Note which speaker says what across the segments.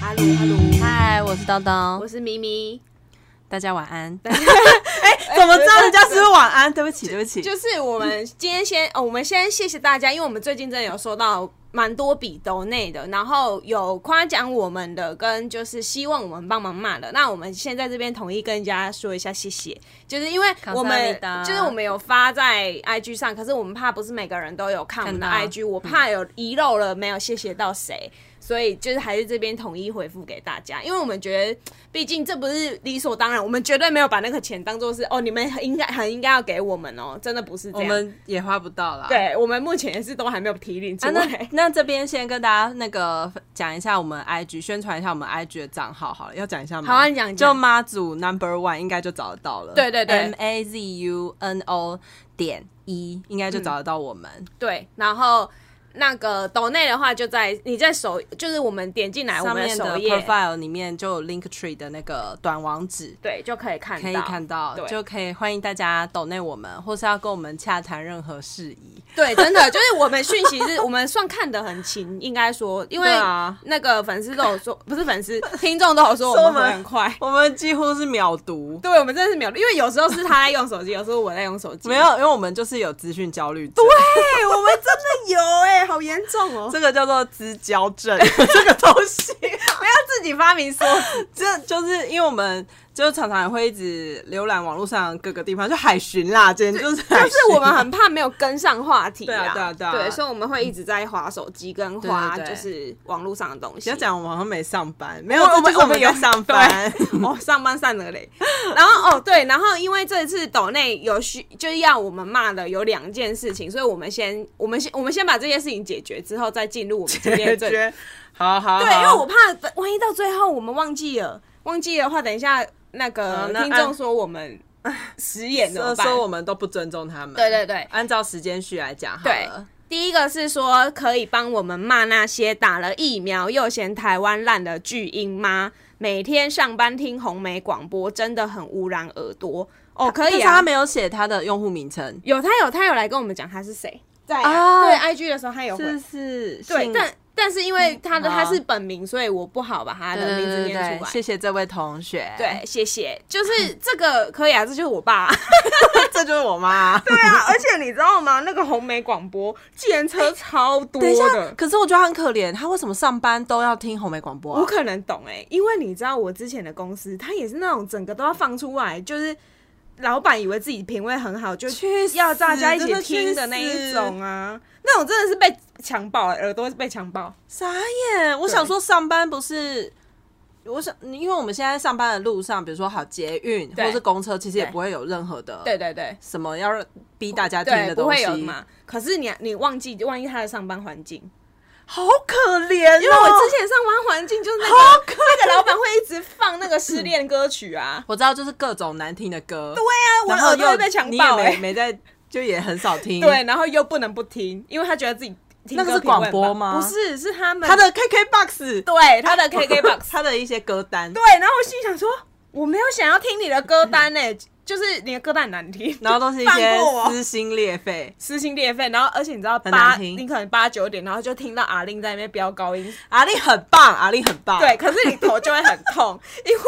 Speaker 1: Hello Hello，
Speaker 2: 嗨，我是叨
Speaker 1: 我
Speaker 2: 叨，
Speaker 1: 是咪咪。
Speaker 2: 大家晚安。哎
Speaker 3: 怎么知道人家是不是晚安？对不起，对不起，
Speaker 1: 就是我们今天先，哦，我们先谢谢大家，因为我们最近真的有收到蛮多笔斗内的，然后有夸奖我们的，跟就是希望我们帮忙骂的。那我们先在这边统一跟人家说一下谢谢，就是因为我们
Speaker 2: 감사합니다
Speaker 1: 就是我们有发在 IG 上，可是我们怕不是每个人都有看我们的
Speaker 2: 看到
Speaker 1: IG，我怕有遗漏了没有谢谢到谁。所以就是还是这边统一回复给大家，因为我们觉得，毕竟这不是理所当然，我们绝对没有把那个钱当做是哦，你们应该很应该要给我们哦，真的不是这
Speaker 2: 我
Speaker 1: 样。
Speaker 2: 们也花不到啦。
Speaker 1: 对我们目前也是都还没有提领出
Speaker 2: 啊，
Speaker 1: 来，
Speaker 2: 那那这边先跟大家那个讲一下我们 IG，宣传一下我们 IG 的账号好了，要讲一下吗？
Speaker 1: 好啊你讲你讲
Speaker 2: 就妈祖 Number One 应该就找得到了。
Speaker 1: 对对对
Speaker 2: ，M A Z U N O 点一应该就找得到我们。
Speaker 1: 对，然后那个抖内的话就在你在首，就是我们点进来哎我
Speaker 2: 上
Speaker 1: 们
Speaker 2: 面
Speaker 1: 首
Speaker 2: 的
Speaker 1: 页，
Speaker 2: profile 里面就有 Linktree 的那个短网址。
Speaker 1: 对，就可以看到，
Speaker 2: 可以看到，
Speaker 1: 对
Speaker 2: 就可以欢迎大家抖内我们，或是要跟我们洽谈任何事宜。
Speaker 1: 对，真的就是我们讯息 是我们算看得很勤，应该说，因为
Speaker 2: 对啊
Speaker 1: 那个粉丝都有说，不是粉丝，听众都有说
Speaker 2: 说
Speaker 1: 我
Speaker 2: 我
Speaker 1: 们
Speaker 2: 们
Speaker 1: 回很快。
Speaker 2: 我们几乎是秒读，
Speaker 1: 对，我们真的是没有，因为有时候是他在用手机，有时候我在用手机。
Speaker 2: 没有，，因为我们就是有资讯焦虑症，
Speaker 3: 对我们真的有哎、好严重 哦、
Speaker 2: 这个叫做资焦症，这个东西，
Speaker 1: 不要自己发明说。
Speaker 2: 这 就是因为我们就常常会一直浏览网络上各个地方，就海巡啦，简直就是海
Speaker 1: 就
Speaker 2: 巡，
Speaker 1: 是我们很怕没有跟上话题、
Speaker 2: 对啊对啊对
Speaker 1: 对
Speaker 2: 啊
Speaker 1: 所以我们会一直在划手机跟划
Speaker 2: 对对
Speaker 1: 就
Speaker 2: 对
Speaker 1: 是网络上的东西。
Speaker 2: 不要讲我们好像没上班，没有，
Speaker 1: 我
Speaker 2: 这就是 我
Speaker 1: 我们
Speaker 2: 们有上班，
Speaker 1: 哦，上班上了嘞。然后哦，对，然后因为这次抖内有需就是要我们骂的有两件事情，所以我们先我们先我们先把这件事情解决之后，再进入我们今天
Speaker 2: 解
Speaker 1: 的正
Speaker 2: 决。 好好好，
Speaker 1: 对，因为我怕万一到最后我们忘记了，忘记的话，等一下那个
Speaker 2: 嗯那
Speaker 1: 听众说我们食言怎么
Speaker 2: 说
Speaker 1: 办？
Speaker 2: 说我们都不尊重他们，
Speaker 1: 对对对
Speaker 2: 按照时间序来讲好
Speaker 1: 对
Speaker 2: 了，，
Speaker 1: 第一个是说可以帮我们骂那些打了疫苗又嫌台湾烂的巨婴妈，每天上班听红梅广播真的很污染耳朵哦，可
Speaker 2: 但
Speaker 1: 以
Speaker 2: 是他
Speaker 1: 啊。
Speaker 2: 没有写他的用户名称，
Speaker 1: 有他有他有来跟我们讲他是谁，在
Speaker 2: 啊
Speaker 1: 对 IG 的时候他有回
Speaker 2: 是是，
Speaker 1: 对，
Speaker 2: 姓
Speaker 1: 但但是因为他的
Speaker 2: 好
Speaker 1: 他是本名，所以我不好把他
Speaker 2: 对
Speaker 1: 的
Speaker 2: 对
Speaker 1: 名字
Speaker 2: 对对
Speaker 1: 念出
Speaker 2: 对，
Speaker 1: 来。
Speaker 2: 谢谢这位同学，
Speaker 1: 对，谢谢，就是这个可以啊，这就是我爸、
Speaker 2: 这就是我 妈。
Speaker 1: 对啊，而且你知道吗？那个红梅广播，计程车超多
Speaker 2: 等一下，
Speaker 1: 的，
Speaker 2: 可是我觉得他很可怜，他为什么上班都要听红梅广播、
Speaker 1: 我
Speaker 2: 啊？
Speaker 1: 可能懂哎、因为你知道我之前的公司，它也是那种整个都要放出来，就是老板以为自己品味很好，就
Speaker 2: 去死
Speaker 1: 要大家一
Speaker 2: 真
Speaker 1: 起
Speaker 2: 的去
Speaker 1: 听的那一种啊，那种真的是被强暴、欸耳朵是被强暴。
Speaker 2: 傻眼！我想说上班不是，我想，因为我们现在上班的路上，比如说好捷运或
Speaker 1: 对
Speaker 2: 者是公车，其实也
Speaker 1: 对
Speaker 2: 不会有任何的
Speaker 1: 对对对。
Speaker 2: 什么要逼大家听
Speaker 1: 对，
Speaker 2: 的
Speaker 1: 不
Speaker 2: 东
Speaker 1: 会
Speaker 2: 西，
Speaker 1: 有嘛？可是你你忘记，万一他的上班环境，
Speaker 2: 好可怜、哦。
Speaker 1: 因为我之前上班环境就是那
Speaker 2: 好
Speaker 1: 个
Speaker 2: 可
Speaker 1: 那个老板会一直放那个失恋歌曲啊，
Speaker 2: 我知道就是各种难听的歌，对
Speaker 1: 对啊，我耳朵会被强
Speaker 2: 你也
Speaker 1: 暴哎、
Speaker 2: 没没在，就也很少 听。
Speaker 1: 对，，然后又不能不听，因为他觉得自己听
Speaker 2: 那个
Speaker 1: 歌
Speaker 2: 是
Speaker 1: 品味很
Speaker 2: 广播
Speaker 1: 棒
Speaker 2: 吗
Speaker 1: 不是，是他们
Speaker 2: 他的 KK Box，
Speaker 1: 对他的 KKBOX，
Speaker 2: 他的一些歌单，
Speaker 1: 对，然后我心想说，我没有想要听你的歌单呢、就是你的歌单很难听，
Speaker 2: 然后都是一
Speaker 1: 放
Speaker 2: 些
Speaker 1: 过我
Speaker 2: 撕心裂肺。
Speaker 1: 撕心裂肺，然后而且你知道
Speaker 2: 很
Speaker 1: 八，
Speaker 2: 难听
Speaker 1: 你可能八九点，然后就听到阿令在那边飙高音，
Speaker 2: 阿力很棒，阿力很棒。
Speaker 1: 对，可是你头就会很痛，因为。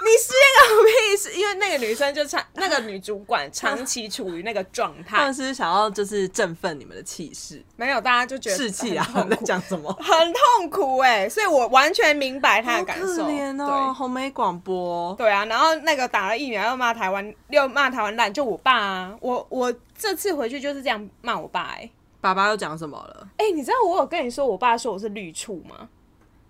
Speaker 1: 你失恋个屁事！因为那个女生就长，那个女主管长期处于那个状
Speaker 2: 他
Speaker 1: 态
Speaker 2: 们，是不是想要就是振奋你们的气势、
Speaker 1: 没有大家就觉得
Speaker 2: 士气啊！
Speaker 1: 很
Speaker 2: 我
Speaker 1: 痛
Speaker 2: 在
Speaker 1: 苦
Speaker 2: 讲什么？
Speaker 1: 很痛苦哎、所以我完全明白他的感受。
Speaker 2: 好可怜哦，红梅广播
Speaker 1: 对，对啊，然后那个打了疫苗又骂台湾，又骂台湾烂，就我爸啊，我我这次回去就是这样骂我爸哎、欸。
Speaker 2: 爸爸又讲什么了？
Speaker 1: 哎、你知道我有跟你说我爸说我是绿处吗？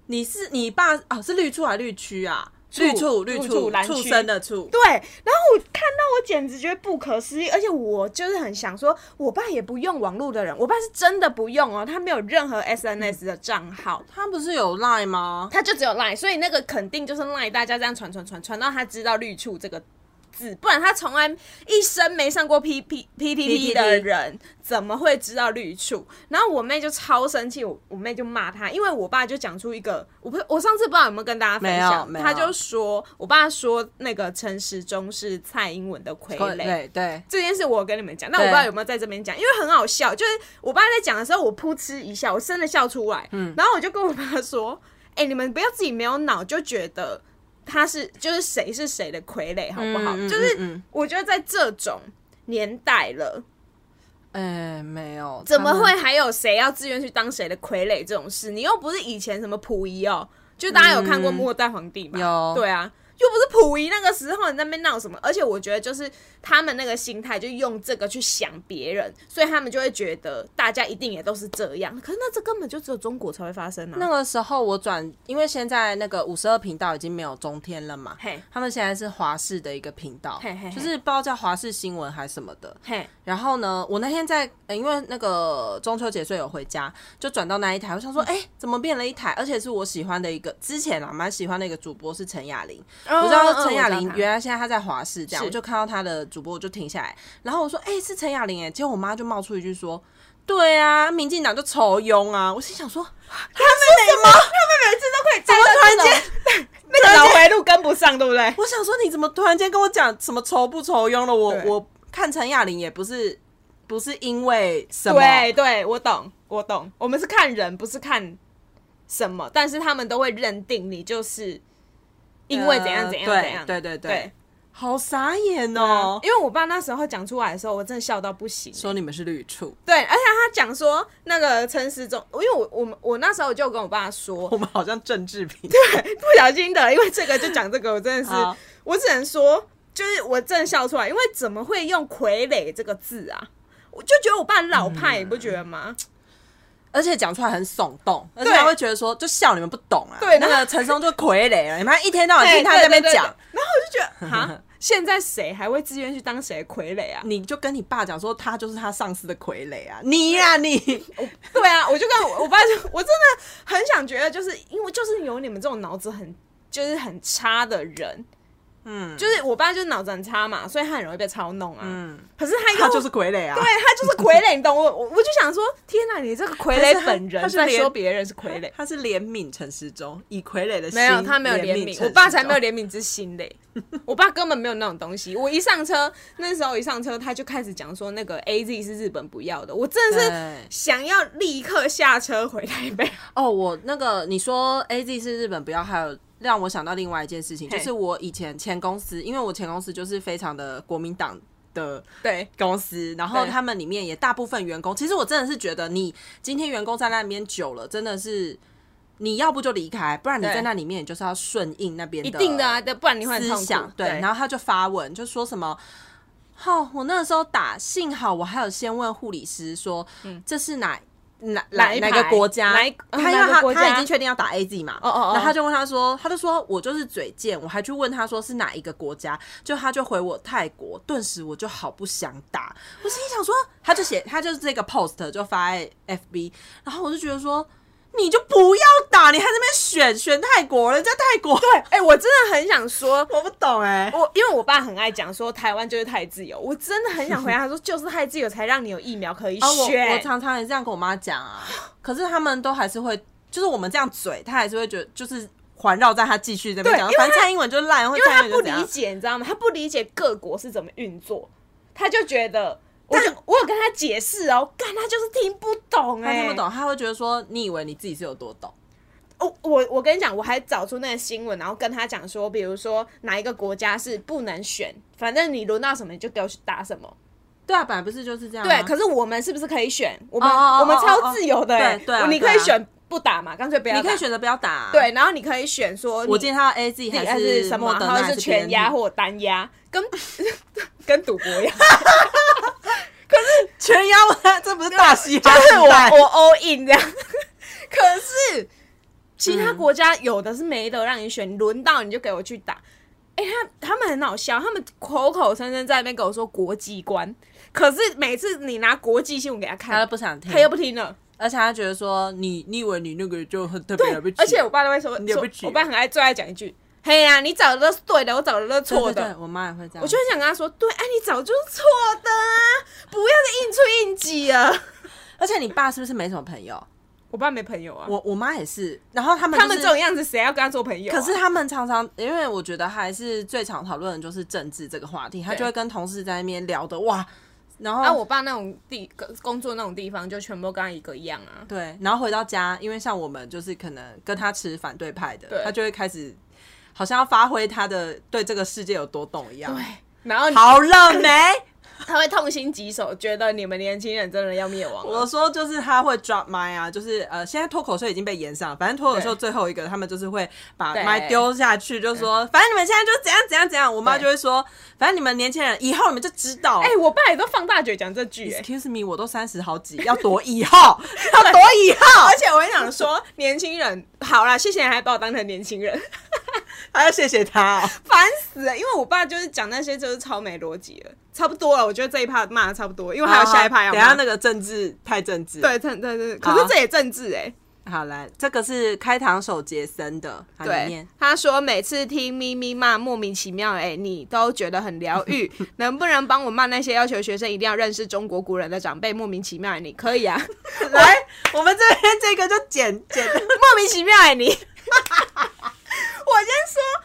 Speaker 2: 你是你爸啊？是绿处还是绿区啊？
Speaker 1: 处
Speaker 2: 绿处
Speaker 1: 绿
Speaker 2: 绿
Speaker 1: 处
Speaker 2: 处
Speaker 1: 蓝区
Speaker 2: 畜生的畜，
Speaker 1: 对，然后我看到我简直觉得不可思议，而且我就是很想说，我爸也不用网络的人，我爸是真的不用哦，他没有任何 SNS 的账号，
Speaker 2: 他不是有赖吗？
Speaker 1: 他就只有 Line，所以那个肯定就是 Line，大家这样传传传传到他知道绿处这个字，不然他从来一生没上过 P P P P P 的人，怎么会知道绿处？然后我妹就超生气，我我妹就骂他，因为我爸就讲出一个，我不我上次不知道有没有跟大家分享
Speaker 2: 没，有没有
Speaker 1: 他就说我爸说那个陈时中是蔡英文的傀儡。
Speaker 2: 对对，
Speaker 1: 这件事我有跟你们讲，但我不知道有没有在这边讲，因为很好笑。就是我爸在讲的时候，我噗嗤一笑，我真的笑出来。
Speaker 2: 嗯
Speaker 1: 然后我就跟我爸说：“哎、你们不要自己没有脑就觉得他是就是谁是谁的傀儡，好不好？
Speaker 2: 嗯嗯
Speaker 1: 就是
Speaker 2: 嗯
Speaker 1: 我觉得在这种年代了，
Speaker 2: 哎，没有，
Speaker 1: 怎么
Speaker 2: 他们
Speaker 1: 会还有谁要自愿去当谁的傀儡这种事？你又不是以前什么溥仪哦，就大家有看过《末代皇帝》吗？
Speaker 2: 嗯有
Speaker 1: 对啊。又不是溥仪那个时候你在那边闹什么，而且我觉得就是他们那个心态，就用这个去想别人，所以他们就会觉得大家一定也都是这样。可是那这根本就只有中国才会发生啊！
Speaker 2: 那个时候我转，因为现在那个五十二频道已经没有中天了嘛
Speaker 1: 嘿，
Speaker 2: 他们现在是华视的一个频道
Speaker 1: 嘿嘿嘿，
Speaker 2: 就是不知道叫华视新闻还是什么的。
Speaker 1: 嘿，
Speaker 2: 然后呢，我那天在，呃因为那个中秋节所以有回家，就转到那一台，我
Speaker 1: 嗯
Speaker 2: 想说，哎、怎么变了一台？而且是我喜欢的一个，之前啊蛮喜欢的一个主播是陈雅玲，
Speaker 1: 哦我
Speaker 2: 哦我知道陈雅玲原
Speaker 1: 来
Speaker 2: 来现在她在华视，这样
Speaker 1: 是
Speaker 2: 我就看到她的主播，我就停下来，然后我说，哎、是陈雅玲哎、结果我妈就冒出一句说。对啊，民进党就仇庸啊！我心想说，
Speaker 1: 怎么突然 间那个脑回路跟不上，对不对？
Speaker 2: 我想说你怎么突然间跟我讲什么仇不仇庸了？我
Speaker 1: 对
Speaker 2: 我看陈雅玲也不是不是因为什么，呃
Speaker 1: 对对，我懂，我懂。我们是看人，不是看什么，但是他们都会认定你就是因为怎样
Speaker 2: 呃
Speaker 1: 怎样
Speaker 2: 对
Speaker 1: 怎样。
Speaker 2: 对对对
Speaker 1: 对
Speaker 2: 好傻眼
Speaker 1: 哦
Speaker 2: 哦！
Speaker 1: 因为我爸那时候讲出来的时候，我真的笑到不行。
Speaker 2: 说你们是绿处，
Speaker 1: 对，而且他讲说那个陈时中，因为我我们我那时候就跟我爸说，
Speaker 2: 我们好像政治频
Speaker 1: 不小心的，因为这个就讲这个，我真的是
Speaker 2: 好，
Speaker 1: 我只能说，就是我真的笑出来，因为怎么会用“傀儡”这个字啊？我就觉得我爸很老
Speaker 2: 嗯
Speaker 1: 派，你不觉得吗？
Speaker 2: 而且讲出来很耸动，而且还会觉得说就笑你们不懂啊。
Speaker 1: 对
Speaker 2: 那
Speaker 1: 然
Speaker 2: 个陈松就傀儡了，你们一天到晚
Speaker 1: 哎
Speaker 2: 听他在那边
Speaker 1: 对
Speaker 2: 讲，，
Speaker 1: 对对对然后我就觉得，哈，现在谁还会自愿去当谁的傀儡啊？
Speaker 2: 你就跟你爸讲说他就是他上司的傀儡啊，你呀、你，
Speaker 1: 对啊，我就跟 我我爸就，我真的很想觉得，就是因为就是有你们这种脑子很就是很差的人，嗯，就是我爸就是脑子很差嘛，所以他很容易被操弄啊。嗯，可是他又
Speaker 2: 他就是傀儡啊
Speaker 1: 对。他就是傀儡，你懂我？我我就想说，天哪，你这个傀
Speaker 2: 还是
Speaker 1: 儡
Speaker 2: 他
Speaker 1: 本人
Speaker 2: 他是
Speaker 1: 在
Speaker 2: 连
Speaker 1: 说别人是傀儡，
Speaker 2: 他是怜悯陈时中，以傀儡的心
Speaker 1: 没有，他没有怜
Speaker 2: 怜
Speaker 1: 悯，
Speaker 2: 陈
Speaker 1: 我爸才
Speaker 2: 时
Speaker 1: 没有
Speaker 2: 中
Speaker 1: 怜悯之心嘞。我爸根本没有那种东西。我一上车，那时候一上车，他就开始讲说那个 A Z 是日本不要的，我真的是
Speaker 2: 对
Speaker 1: 想要立刻下车回台北。
Speaker 2: 哦，我那个你说 A Z 是日本不要，还有让我想到另外一件事情，
Speaker 1: 嘿
Speaker 2: 就是我以前前公司，因为我前公司就是非常的国民党的
Speaker 1: 对，
Speaker 2: 公司，然后
Speaker 1: 对
Speaker 2: 他们里面也大部分员工，其实我真的是觉得你今天员工在那边久了，真的是你要不就离开，不然你
Speaker 1: 对
Speaker 2: 在那里面你就是要顺应那边
Speaker 1: 一定的啊，不然你会很
Speaker 2: 思
Speaker 1: 痛苦
Speaker 2: 想。对，然后他就发文就说什么。好、我那时候打，幸好我还有先问护理师说，这是哪哪
Speaker 1: 嗯哪
Speaker 2: 哪
Speaker 1: 一
Speaker 2: 哪个
Speaker 1: 排
Speaker 2: 国家？
Speaker 1: 哪一哦
Speaker 2: 他因
Speaker 1: 哪个国
Speaker 2: 为他他
Speaker 1: 家
Speaker 2: 已经确定要打 A Z 嘛，
Speaker 1: 哦哦哦
Speaker 2: 然后他就问他说，他就说我就是嘴贱，我还去问他说是哪一个国家，就他就回我泰国，顿时我就好不想打，我心里想说，他就写他就是这个 post 就发在 F B，然后我就觉得说。你就不要打，你还在那边选选泰国，人家泰国，对，
Speaker 1: 哎、我真的很想说，
Speaker 2: 我不懂哎、
Speaker 1: 我因为我爸很爱讲说台湾就是太自由，我真的很想回答他说就是太自由才让你有疫苗可以
Speaker 2: 啊，我
Speaker 1: 选。
Speaker 2: 我常常也这样跟我妈讲啊，可是他们都还是会，就是我们这样嘴，她还是会觉得就是环绕在她继续这边
Speaker 1: 对
Speaker 2: 讲
Speaker 1: 因为，
Speaker 2: 反正蔡英文就烂，因
Speaker 1: 因为他不理解，你知道吗？他不理解各国是怎么运作，他就觉得，我就我有跟他解释哦，干他就是听不懂
Speaker 2: 她
Speaker 1: 哎、
Speaker 2: 听不。懂，她会觉得说你以为你自己是有多懂，
Speaker 1: 哦，我我跟你讲，我还找出那个新闻，然后跟他讲说，比如说哪一个国家是不能选，反正你轮到什么你就给我去打什么。
Speaker 2: 对啊，本来不是就是这样、
Speaker 1: 对，可
Speaker 2: 是
Speaker 1: 是我们是不是可以选？我们
Speaker 2: 哦哦哦
Speaker 1: 我们超自由的、
Speaker 2: 哦哦
Speaker 1: 欸，
Speaker 2: 对对啊
Speaker 1: 你可
Speaker 2: 对啊
Speaker 1: 以选不打嘛，干脆不要打。
Speaker 2: 你可以选择不要打、啊，，
Speaker 1: 对，然后你可以选说你，
Speaker 2: 我今天要 A Z
Speaker 1: 你
Speaker 2: 还
Speaker 1: 是什
Speaker 2: 莫
Speaker 1: 么，
Speaker 2: 德
Speaker 1: 然
Speaker 2: 纳
Speaker 1: 后
Speaker 2: 还
Speaker 1: 是全
Speaker 2: BNT
Speaker 1: 压或单压，跟 跟赌博一样。
Speaker 2: 全压，我 这不是大西
Speaker 1: 就
Speaker 2: 哈
Speaker 1: 是我
Speaker 2: 时代
Speaker 1: 我 all in 这样。 可是其他国家有的是没得让你选，轮到你就给我去打。哎、他他们很好笑，他们口口声声在那边跟我说国际观，可是每次你拿国际新闻给他
Speaker 2: 她
Speaker 1: 看
Speaker 2: 都，不想听，
Speaker 1: 他又不听了。
Speaker 2: 而且她觉得说你你以为你那个就很特别了不起，
Speaker 1: 而且我爸都会说，
Speaker 2: 了不
Speaker 1: 说
Speaker 2: 起
Speaker 1: 我爸很爱最爱讲一句：“嘿呀，你找的都是对的，我找的都是错
Speaker 2: 对
Speaker 1: 的。
Speaker 2: 对，我妈也会这样。
Speaker 1: 我就很想跟他说，对，哎、你早就是错的啊，不要再硬吹硬挤了。
Speaker 2: 而且你爸是不是没什么朋友？
Speaker 1: 我爸没朋友啊，
Speaker 2: 我我妈也是，然后他们、就
Speaker 1: 他
Speaker 2: 是、
Speaker 1: 们这种啊样子，谁要跟他做朋友啊、
Speaker 2: 可是他们常常，因为我觉得还是最常讨论的就是政治这个话题，他
Speaker 1: 对
Speaker 2: 就会跟同事在那边聊的哇，然后、
Speaker 1: 啊，我爸那种地工作那种地方，就全部跟他一个一样啊。
Speaker 2: 对，然后回到家，因为像我们就是可能跟他持反对派的
Speaker 1: 对，
Speaker 2: 他就会开始好像要发挥他的对这个世界有多懂一样。
Speaker 1: 然后你
Speaker 2: 好了没？
Speaker 1: 他会痛心疾首，觉得你们年轻人真的要灭亡啊了。
Speaker 2: 我说就是他会 drop m i 啊，就是呃，现在脱口秀已经被延上了，反正脱口秀
Speaker 1: 对
Speaker 2: 最后一个他们就是会把
Speaker 1: 对
Speaker 2: m i 丢下去，就说反正你们现在就怎样怎样怎样。我妈
Speaker 1: 对
Speaker 2: 就会说，反正你们年轻人以后你们就知道。
Speaker 1: 哎、我爸也都放大嘴讲这句、哎
Speaker 2: Excuse me，我都三十好几，要躲以后， 要躲以后，
Speaker 1: 而且我也想说，年轻人，好啦，谢谢你还把我当成年轻 人，
Speaker 2: 还要谢谢他、哦。
Speaker 1: 烦死了。因为我爸就是讲那些就是超没逻辑了，差不多了，我觉得这一趴骂的差不多，因为还有下一趴要
Speaker 2: 啊等
Speaker 1: 骂。
Speaker 2: 一下那个啊政治太政治。，
Speaker 1: 对，对对对，可是这也政治哎、
Speaker 2: 好来，这个是开膛手杰森的，好你
Speaker 1: 对
Speaker 2: 念，
Speaker 1: 他说每次听咪咪骂莫名其妙，哎，你都觉得很疗 愈，能不能帮我骂那些要求学生一定要认识中国古人的长辈？莫名其妙，哎，你可以啊，
Speaker 2: 来，我们这边这个就简简单，
Speaker 1: 莫名其妙，哎，你，我 先说。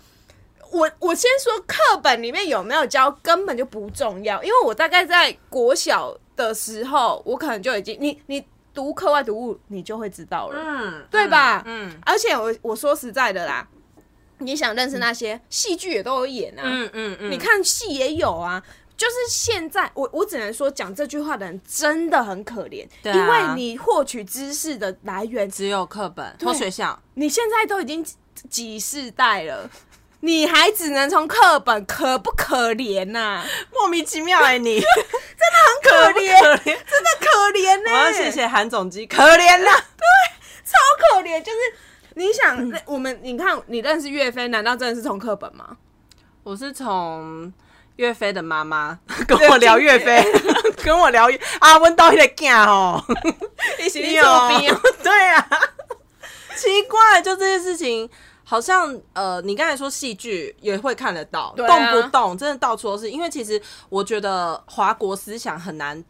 Speaker 1: 我我先说课本里面有没有教根本就不重要，因为我大概在国小的时候，我可能就已经你你读课外读物你就会知道了，
Speaker 2: 嗯，
Speaker 1: 对吧？
Speaker 2: 嗯
Speaker 1: 而且我我说实在的啦，你想认识那些戏剧也都有演啊，
Speaker 2: 嗯嗯嗯，
Speaker 1: 你看戏也有啊。就是现在，我我只能说讲这句话的人真的很可怜，
Speaker 2: 对啊
Speaker 1: 因为你获取知识的来源，
Speaker 2: 只有课本或学校，
Speaker 1: 你现在都已经几几世代了，你还只能从课本，可不可怜呐、
Speaker 2: 莫名其妙哎、 你
Speaker 1: 很可怜，
Speaker 2: 可怜，
Speaker 1: 真的可怜呢、
Speaker 2: 我要谢谢韩总机，可怜啊啦，
Speaker 1: 超可怜。就是你想，那我们你看，你认识岳飞，难道真的是从课本 吗？
Speaker 2: 我是从岳飞的妈 妈跟我聊岳飞，跟我聊岳啊，温到一个囝哦，
Speaker 1: 你是
Speaker 2: 你哦， 对啊，奇怪，就这些事情。好像呃，你刚才说戏剧也会看得到，
Speaker 1: 对啊
Speaker 2: 动不动真的到处都是。因为其实我觉得华国思想很难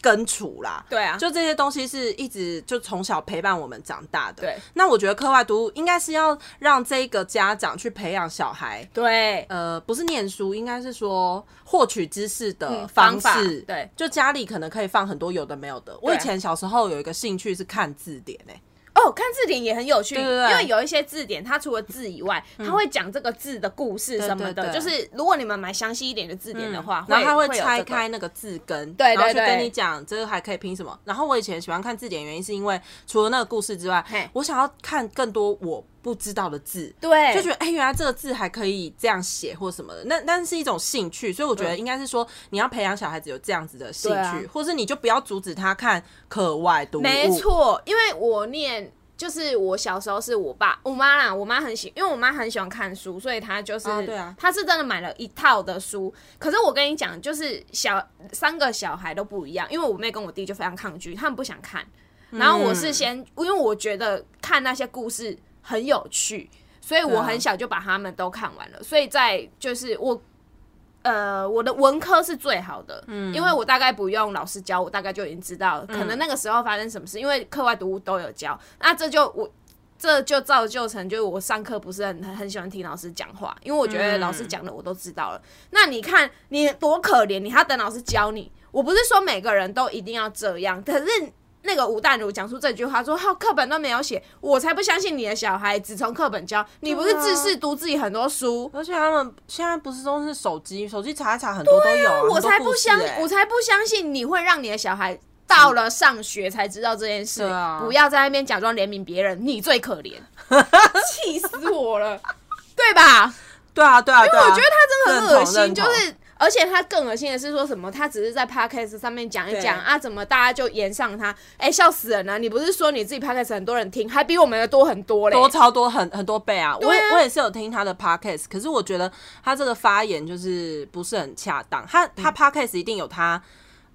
Speaker 2: 根除啦，
Speaker 1: 对啊，
Speaker 2: 就这些东西是一直就从小陪伴我们长大的。
Speaker 1: 对，
Speaker 2: 那我觉得课外读物应该是要让这个家长去培养小孩，
Speaker 1: 对，
Speaker 2: 呃，不是念书，应该是说获取知识的
Speaker 1: 嗯方法
Speaker 2: 式。
Speaker 1: 对，
Speaker 2: 就家里可能可以放很多有的没有的。我以前小时候有一个兴趣是看字典欸诶、
Speaker 1: 哦，看字典也很有趣，
Speaker 2: 对对对嗯
Speaker 1: 因为有一些字典，它除了字以外，它会讲这个字的故事什么的。
Speaker 2: 对对对嗯
Speaker 1: 就是如果你们买详细一点的字典的话，
Speaker 2: 然后他
Speaker 1: 会
Speaker 2: 会
Speaker 1: 会有
Speaker 2: 拆
Speaker 1: 这个
Speaker 2: 开那个字根，
Speaker 1: 对对
Speaker 2: 然后去
Speaker 1: 对
Speaker 2: 跟你讲这个还可以拼什么。然后我以前喜欢看字典，原因是因为除了那个故事之外
Speaker 1: 嘿，
Speaker 2: 我想要看更多我不知道的字。
Speaker 1: 对，
Speaker 2: 就觉得哎、原来这个字还可以这样写或什么的，那但是一种兴趣，所以我觉得应该是说你要培养小孩子有这样子的兴
Speaker 1: 对啊
Speaker 2: 趣，或是你就不要阻止他看课外读物。
Speaker 1: 没错，因为我念。就是我小时候是我爸我妈啦，我妈很喜，因为我妈很喜欢看书，所以她就是，
Speaker 2: 啊对啊
Speaker 1: 她是真的买了一套的书。可是我跟你讲，就是小三个小孩都不一样，因为我妹跟我弟就非常抗拒，他们不想看。然后我
Speaker 2: 嗯
Speaker 1: 是先，因为我觉得看那些故事很有趣，所以我
Speaker 2: 啊
Speaker 1: 很小就把他们都看完了。所以在就是我呃，我的文科是最好的，因为我大概不用老师教，我大概就已经知道，可能那个时候发生什么事，因为课外读物都有教，那这就我。这就造就成，就是我上课不是很很很喜欢听老师讲话，因为我觉得老师讲的我都知道了。那你看你多可怜，你还要等老师教你。我不是说每个人都一定要这样，可是那个吴淡如讲出这句话说，哈课本都没有写，我才不相信你的小孩只从课本教，你不是自视读自己很多书，
Speaker 2: 而且他们现在不是都是手机，手机查一查很多都有啊、
Speaker 1: 我
Speaker 2: 很多
Speaker 1: 才
Speaker 2: 故
Speaker 1: 不
Speaker 2: 事
Speaker 1: 相，
Speaker 2: 欸
Speaker 1: 我才不相信你会让你的小孩到了上学才知道这件事。
Speaker 2: 对啊
Speaker 1: 不要在那边假装怜悯别人，你最可 怜，气死我了，对吧？
Speaker 2: 对啊对啊，因为
Speaker 1: 我觉得他真的很恶心，
Speaker 2: 认
Speaker 1: 就
Speaker 2: 同
Speaker 1: 是。而且他更恶心的是说什么？他只是在 podcast 上面讲一讲
Speaker 2: 对
Speaker 1: 啊，怎么大家就延上他？哎、笑死人了、你不是说你自己 podcast 很多人听，还比我们的多很多嘞？
Speaker 2: 多超多很很多倍啊！我也
Speaker 1: 对啊
Speaker 2: 我也是有听他的 podcast，可是我觉得他这个发言就是不是很恰当。他他 podcast 一定有他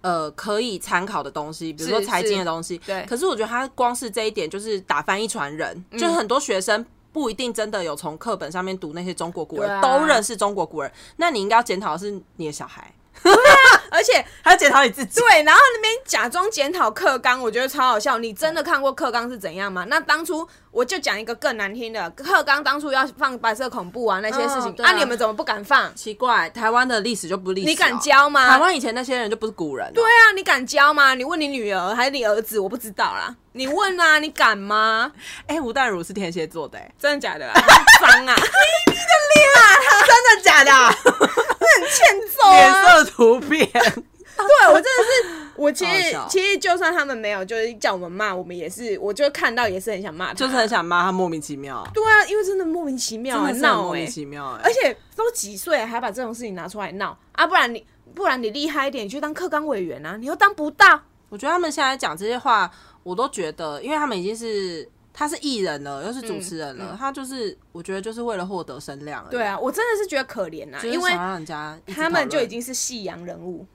Speaker 2: 呃可以参考的东西，比如说
Speaker 1: 是
Speaker 2: 财经的东西。
Speaker 1: 对
Speaker 2: 嗯可是我觉得他光是这一点就是打翻一船人，就是很多学生不一定真的有从课本上面读那些中国古人，
Speaker 1: 对啊
Speaker 2: 都认识中国古人。那你应该要检讨的是你的小孩，
Speaker 1: 而且
Speaker 2: 还要检讨你自己。
Speaker 1: 对，然后那边假装检讨课纲，我觉得超好笑。你真的看过课纲是怎样吗？那当初我就讲一个更难听的，课纲当初要放白色恐怖啊那些事情，
Speaker 2: 嗯对
Speaker 1: 那、
Speaker 2: 啊
Speaker 1: 你们怎么不敢放？
Speaker 2: 奇怪，台湾的历史就不是历史、哦
Speaker 1: 你敢？教吗？
Speaker 2: 台湾以前那些人就不是古人、哦
Speaker 1: 对，啊，你敢教吗？你问你女儿还是你儿子？我不知道啦。你问啊，你敢吗？，
Speaker 2: 哎、吴淡如是天蝎座的、欸
Speaker 1: 真的假 的、啊？很脏啊，
Speaker 2: 啊真的假的、
Speaker 1: 欠揍
Speaker 2: 脸
Speaker 1: 啊！
Speaker 2: 色突变，
Speaker 1: 对我真的是，我其实
Speaker 2: 好好笑
Speaker 1: 其实就算他们没有，就是叫我们骂，我们也是，我就看到也是很想骂他，
Speaker 2: 就是很想骂他莫名其妙，
Speaker 1: 对啊，因为真的莫名其妙
Speaker 2: 真
Speaker 1: 啊
Speaker 2: 的是很
Speaker 1: 闹
Speaker 2: 莫
Speaker 1: 哎、
Speaker 2: 名其妙、欸。
Speaker 1: 而且都几岁还把这种事情拿出来闹啊，不然你不然你厉害一点，你去当课纲委员啊，你又当不到。
Speaker 2: 我觉得他们现在讲这些话，我都觉得，因为他们已经是他是艺人了，又是主持人了，他就是我觉得就是为了获得声量而已。
Speaker 1: 嗯对啊，我真的是觉得可怜啊，
Speaker 2: 就是
Speaker 1: 因
Speaker 2: 想
Speaker 1: 为
Speaker 2: 让人家一直
Speaker 1: 他们
Speaker 2: 讨论
Speaker 1: 就已经是夕阳人物，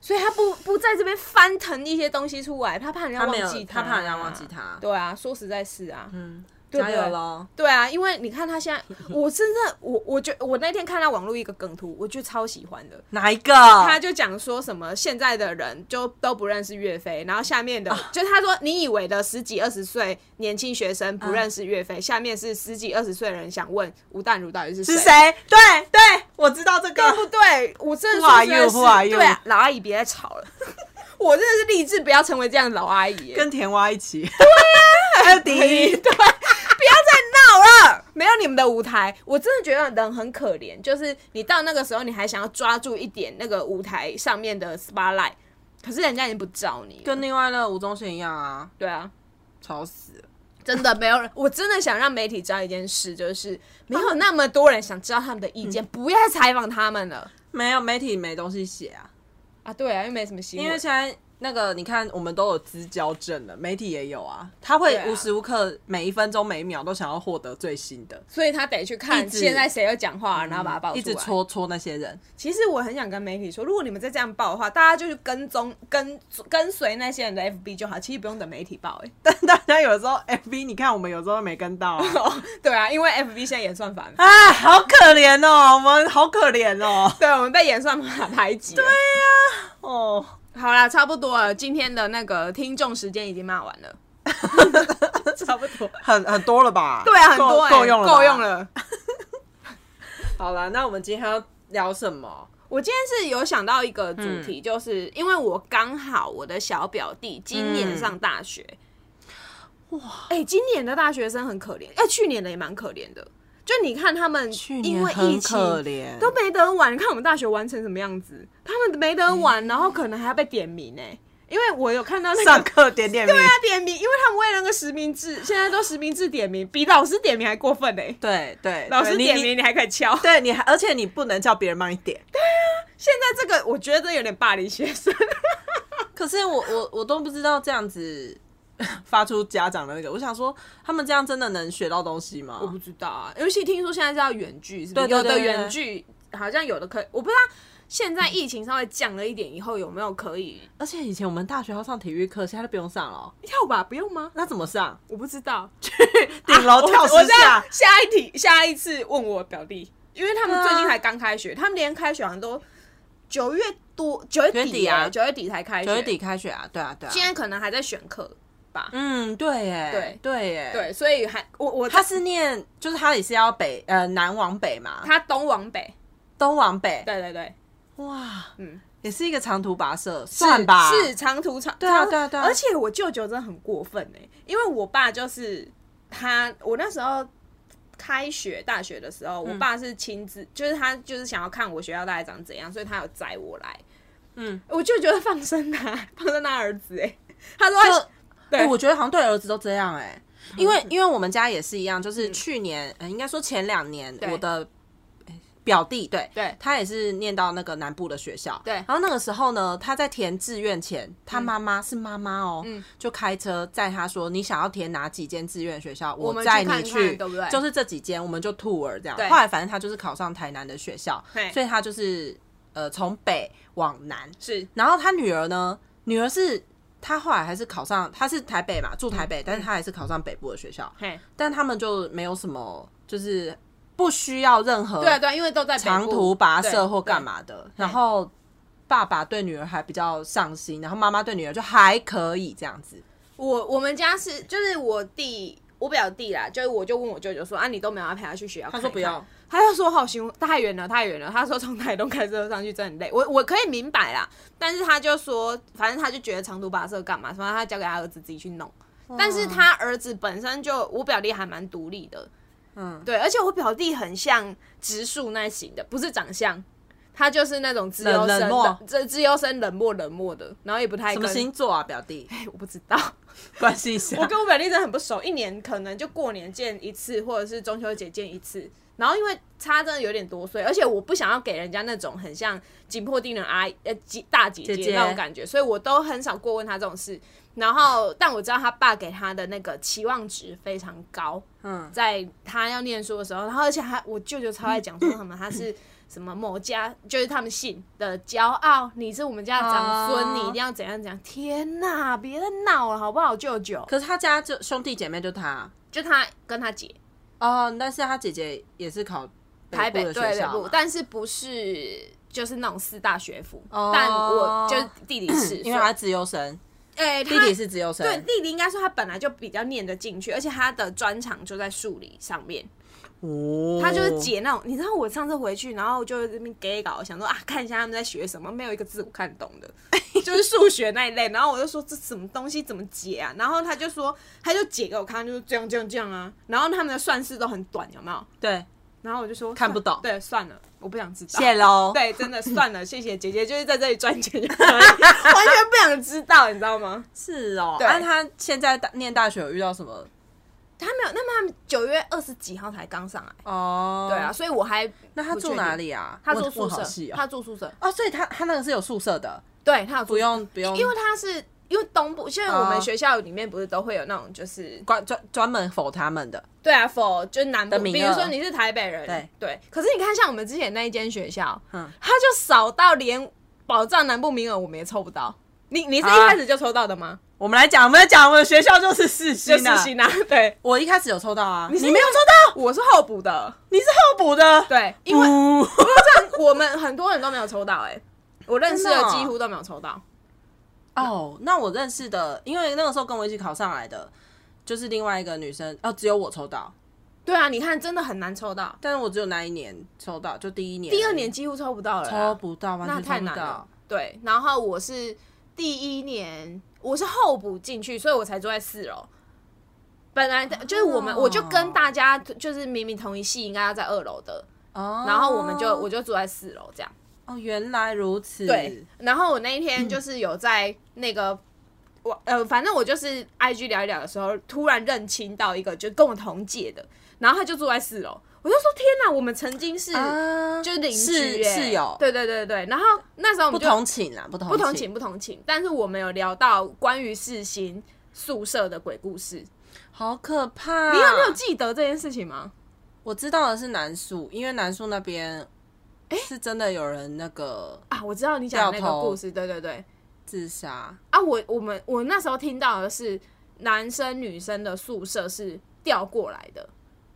Speaker 1: 所以他不不在这边翻腾一些东西出来，他怕人家
Speaker 2: 他没
Speaker 1: 忘
Speaker 2: 有
Speaker 1: 记
Speaker 2: 他怕人家忘记他
Speaker 1: 对啊，说实在是啊，嗯，对不
Speaker 2: 加
Speaker 1: 对
Speaker 2: 油喽。
Speaker 1: 对啊，因为你看他现在，我真的，我我觉我那天看到网络一个梗图，我就超喜欢的。
Speaker 2: 哪一个？
Speaker 1: 他就讲说什么现在的人就都不认识岳飞，然后下面的、
Speaker 2: 啊
Speaker 1: 就他说你以为的十几二十岁年轻学生不认识岳飞，下面是十几二十岁的人想问吴淡如到底是谁，
Speaker 2: 是谁？啊对对，我知道这
Speaker 1: 对不
Speaker 2: 个。
Speaker 1: 对？我真的
Speaker 2: Who are
Speaker 1: 说真的
Speaker 2: you?
Speaker 1: 是
Speaker 2: Who are you?
Speaker 1: 对啊老阿姨别再吵了， 我真的是立志不要成为这样的老阿姨耶、
Speaker 2: 跟田蛙一起，对啊，还有迪
Speaker 1: 对，
Speaker 2: 一，
Speaker 1: 不要再闹了，没有你们的舞台，我真的觉得人很可怜。就是你到那个时候，你还想要抓住一点那个舞台上面的 spotlight，可是人家已经不罩你了。
Speaker 2: 跟另外那个吴宗宪一样啊，
Speaker 1: 对啊，
Speaker 2: 吵死了。
Speaker 1: 真的没有人，我真的想让媒体知道一件事，就是没有那么多人想知道他们的意见，不要再采访他们了
Speaker 2: 没有媒体没东西写啊，
Speaker 1: 啊！对啊，因为没什么新闻，
Speaker 2: 因为现在那个你看，我们都有资交证了，媒体也有啊，他会
Speaker 1: 对啊
Speaker 2: 无时无刻、每一分钟每一秒都想要获得最新的，
Speaker 1: 所以他得去看
Speaker 2: 一直
Speaker 1: 现在谁又讲话，然后把它爆出来。
Speaker 2: 一直戳戳那些人。
Speaker 1: 其实我很想跟媒体说，如果你们再这样报的话，大家就去跟踪跟跟随那些人的 FB 就好，其实不用等媒体报、欸。
Speaker 2: 但大家有时候 FB，你看我们有时候没跟到啊，
Speaker 1: 哦，对啊，因为 FB 现在演算法，
Speaker 2: 啊，好可怜哦，我们好可怜哦，
Speaker 1: 对我们被演算法排挤。对，
Speaker 2: 啊哦，
Speaker 1: 好啦，差不多了，今天的那个听众时间已经骂完了。
Speaker 2: 差不多，很很多了吧？
Speaker 1: 对啊，很多、欸、
Speaker 2: 够够用了吧，
Speaker 1: 够用了。
Speaker 2: 好了，那我们今天要聊什么？
Speaker 1: 我今天是有想到一个主
Speaker 2: 嗯
Speaker 1: 题，就是、因为我刚好我的小表弟今年上大学，哇，哎、今年的大学生很可怜，哎、去年的也蛮可怜的。就你看他们，因为疫情
Speaker 2: 怜
Speaker 1: 都没得玩，你看我们大学玩成什么样子？他们没得玩，然后可能还要被点名哎、因为我有看到那
Speaker 2: 嗯上
Speaker 1: 个。
Speaker 2: 课点点名
Speaker 1: 对。啊，点名，因为他们为了那个实名制，现在都实名制点名，比老师点名还过分哎、
Speaker 2: 对对，
Speaker 1: 老师
Speaker 2: 对
Speaker 1: 点，
Speaker 2: 你
Speaker 1: 名
Speaker 2: 你
Speaker 1: 你还敢敲，
Speaker 2: 对你还，而且你不能叫别人帮你点。
Speaker 1: 现在这个我觉得有点霸凌学生。
Speaker 2: 可是我我我都不知道这样子 发出家长的那个，我想说他们这样真的能学到东西吗？
Speaker 1: 我不知道啊，尤其听说现在是要远距，是不是？
Speaker 2: 对对对
Speaker 1: 有的远距好像有的可以，我不知道现在疫情稍微降了一点以后有没有可以
Speaker 2: 而且以前我们大学要上体育课，现在都不用上了哦、
Speaker 1: 跳吧？不用吗？
Speaker 2: 那怎么上？啊
Speaker 1: 我不知道。
Speaker 2: 顶楼跳
Speaker 1: 我我
Speaker 2: 十
Speaker 1: 这样
Speaker 2: 下，
Speaker 1: 下一题，下一次问我表弟，因为他们最近才刚开学，他们连开学好像都九月多九月
Speaker 2: 九月
Speaker 1: 底
Speaker 2: 底啊
Speaker 1: 九月底才开学，
Speaker 2: 九月底开学啊？对啊，对啊。
Speaker 1: 现在可能还在选课吧。
Speaker 2: 嗯，对耶，
Speaker 1: 对
Speaker 2: 对耶，。
Speaker 1: 对，所以还我我
Speaker 2: 他是念，就是他也是要北呃南往北嘛，
Speaker 1: 他东往北，
Speaker 2: 东往北，
Speaker 1: 对对对，
Speaker 2: 哇，
Speaker 1: 嗯，
Speaker 2: 也是一个长途跋涉，算吧，
Speaker 1: 是长途长，
Speaker 2: 对啊
Speaker 1: 长
Speaker 2: 对啊对啊
Speaker 1: 而且我舅舅真的很过分哎、因为我爸就是他，我那时候开学大学的时候，我爸是亲自，就是他就是想要看我学校大概长怎样，所以他有载我来。
Speaker 2: 嗯，
Speaker 1: 我舅舅放生他， 放生他儿子哎、他说
Speaker 2: 就
Speaker 1: 他对嗯
Speaker 2: 哎我觉得好像对儿子都这样哎、因为因为我们家也是一样，就是去年，呃、应该说前两年，
Speaker 1: 对
Speaker 2: 我的哎表弟对
Speaker 1: 对
Speaker 2: 他也是念到那个南部的学校，
Speaker 1: 对嗯
Speaker 2: 然后那个时候呢，他在填志愿前，他妈妈、是妈妈哦，就开车载他说你想要填哪几间志愿学校，
Speaker 1: 我们去
Speaker 2: 载你
Speaker 1: 看看
Speaker 2: 去，
Speaker 1: 对不对
Speaker 2: 就是这几间，我们就 tour 这样
Speaker 1: 对。
Speaker 2: 后来反正他就是考上台南的学校
Speaker 1: 嘿，
Speaker 2: 所以他就是呃从北往南，
Speaker 1: 是
Speaker 2: 然后他女儿呢，女儿是他后来还是考上，他是台北嘛，住台
Speaker 1: 嗯
Speaker 2: 北，但是他还是考上北部的学校，
Speaker 1: 嘿，
Speaker 2: 但他们就没有什么，就是不需要任何
Speaker 1: 对啊对啊，因为都在北部
Speaker 2: 长途跋
Speaker 1: 对
Speaker 2: 涉或干嘛的，然后爸爸对女儿还比较上心，然后妈妈对女儿就还可以这样子。
Speaker 1: 我我们家是就是我弟。我表弟啦，就是我就问我舅舅说啊，你都没有要啊陪他去学校看一看？，他就说好行，太远了，太远了。他说从台东开车上去真的很累，我我可以明白啦，但是他就说，反正他就觉得长途跋涉干嘛，反正他交给他儿子自己去弄。但是他儿子本身就，我表弟还蛮独立的，嗯，对，而且我表弟很像植树那型的，不是长相，他就是那种自由
Speaker 2: 冷冷
Speaker 1: 生
Speaker 2: 漠
Speaker 1: 的，这自由生冷漠冷漠的，然后也不太
Speaker 2: 什
Speaker 1: 跟
Speaker 2: 么星座啊，表弟？
Speaker 1: 哎我不知道，
Speaker 2: 关心一下
Speaker 1: 我跟我表弟真的很不熟，一年可能就过年见一次，或者是中秋节见一次。然后因为差真的有点多岁，而且我不想要给人家那种很像紧迫盯人阿姨呃姐大姐
Speaker 2: 姐
Speaker 1: 姐
Speaker 2: 姐
Speaker 1: 那种感觉，所以我都很少过问他这种事。然后，但我知道他爸给他的那个期望值非常高，
Speaker 2: 嗯，
Speaker 1: 在他要念书的时候，然后而且还我舅舅超爱讲说什么他是什么某家，就是他们姓的骄傲，你是我们家的长孙，
Speaker 2: 哦
Speaker 1: 你一定要怎样怎样。天哪，别再闹了好不好，舅舅？
Speaker 2: 可是他家就兄弟姐妹就他啊
Speaker 1: 就他跟他姐
Speaker 2: 哦，但是他姐姐也是考
Speaker 1: 台北
Speaker 2: 部的
Speaker 1: 对
Speaker 2: 学
Speaker 1: 北
Speaker 2: 校
Speaker 1: 部
Speaker 2: 嘛，，
Speaker 1: 但是不是就是那种四大学府，
Speaker 2: 哦
Speaker 1: 但我就是弟弟是，
Speaker 2: 因为他自由生，
Speaker 1: 哎、
Speaker 2: 弟
Speaker 1: 他
Speaker 2: 弟是自由生，
Speaker 1: 对弟弟应该说他本来就比较念得进去，而且他的专长就在数理上面，
Speaker 2: 哦，
Speaker 1: 他就是解那种，你知道我上次回去，然后就在那边 gay 搞，想说啊，看一下他们在学什么，没有一个字我看得懂 的，就是数学那一类。然后我就说这什么东西怎么解啊？然后他就说，他就解给我看，就是这样这样这样啊。然后他们的算式都很短，有没有？
Speaker 2: 对，
Speaker 1: 然后我就说
Speaker 2: 看不懂
Speaker 1: 算对，算了，我不想知道。
Speaker 2: 谢喽。
Speaker 1: 对，真的算了，谢谢姐姐，就是在这里赚钱就可以， 完全不想知道，你知道吗？
Speaker 2: 是哦，
Speaker 1: 对
Speaker 2: 那他现在大念大学有遇到什么？
Speaker 1: 他没有，那么他们九月二十几号才刚上来，
Speaker 2: 哦，
Speaker 1: 对啊，，所以我还
Speaker 2: 那他
Speaker 1: 不确
Speaker 2: 住哪
Speaker 1: 定？
Speaker 2: 里啊？
Speaker 1: 他住
Speaker 2: 问
Speaker 1: 宿
Speaker 2: 问好
Speaker 1: 舍，
Speaker 2: 细哦
Speaker 1: 他住宿舍，
Speaker 2: 哦，所以他他那个是有宿舍的，
Speaker 1: 对他有住
Speaker 2: 不
Speaker 1: 宿
Speaker 2: 用不用，
Speaker 1: 因为他是因为东部，现在我们
Speaker 2: 哦
Speaker 1: 学校里面不是都会有那种就是
Speaker 2: 专专专门否他们的，
Speaker 1: 对啊，for 就是南部，
Speaker 2: 的名额
Speaker 1: 比如说你是台北人，
Speaker 2: 对
Speaker 1: 可是你看，像我们之前那一间学校，
Speaker 2: 嗯
Speaker 1: 他就少到连保障南部名额我们也抽不到。你你是一开始就抽到的吗？
Speaker 2: 我们来讲，我们来讲，我们学校就是四
Speaker 1: 就
Speaker 2: 星
Speaker 1: 是
Speaker 2: 啊。
Speaker 1: 新啊， 对，
Speaker 2: 我一开始有抽到啊，你
Speaker 1: 是没有抽到，我是候补的，
Speaker 2: 你是候补的，
Speaker 1: 对，因为
Speaker 2: 呜，
Speaker 1: 这样我们很多人都没有抽到，哎，我认识
Speaker 2: 真
Speaker 1: 的
Speaker 2: 的哦
Speaker 1: 几乎都没有抽到，
Speaker 2: 哦，那我认识的，因为那个时候跟我一起考上来的，就是另外一个女生，哦，只有我抽到，
Speaker 1: 对啊，你看真的很难抽到，
Speaker 2: 但是我只有那一年抽到，就第一年，
Speaker 1: 第二年几乎抽不到了啦，
Speaker 2: 抽不到，完
Speaker 1: 啊那
Speaker 2: 全
Speaker 1: 太
Speaker 2: 抽
Speaker 1: 难
Speaker 2: 不到
Speaker 1: 了。。对，然后我是第一年，我是候补进去，所以我才坐在四楼。本来的就是我们，
Speaker 2: 哦
Speaker 1: 我就跟大家就是明明同一系，应该要在二楼的，
Speaker 2: 哦，
Speaker 1: 然后我们就我就坐在四楼这样。
Speaker 2: 哦，原来如此，
Speaker 1: 对，，然后我那一
Speaker 2: 嗯
Speaker 1: 天就是有在那个。我呃，反正我就是 I G 聊一聊的时候，突然认清到一个就跟我同届的，然后他就住在四楼，我就说天哪，我们曾经是、
Speaker 2: 啊，
Speaker 1: 就是邻居、欸、
Speaker 2: 室室友，
Speaker 1: 对对对对。然后那时候我
Speaker 2: 不
Speaker 1: 们就
Speaker 2: 同寝啊啦，不同
Speaker 1: 不同
Speaker 2: 寝
Speaker 1: 情，不同情，但是我们有聊到关于世新宿舍的鬼故事，
Speaker 2: 好可怕！
Speaker 1: 你有没有记得这件事情吗？
Speaker 2: 我知道的是南树，因为南树那边，是真的有人那个
Speaker 1: 啊，我知道你讲的那
Speaker 2: 掉
Speaker 1: 个
Speaker 2: 头
Speaker 1: 故事，对对对，
Speaker 2: 自杀，
Speaker 1: 啊，我我们我那时候听到的是男生女生的宿舍是调过来的。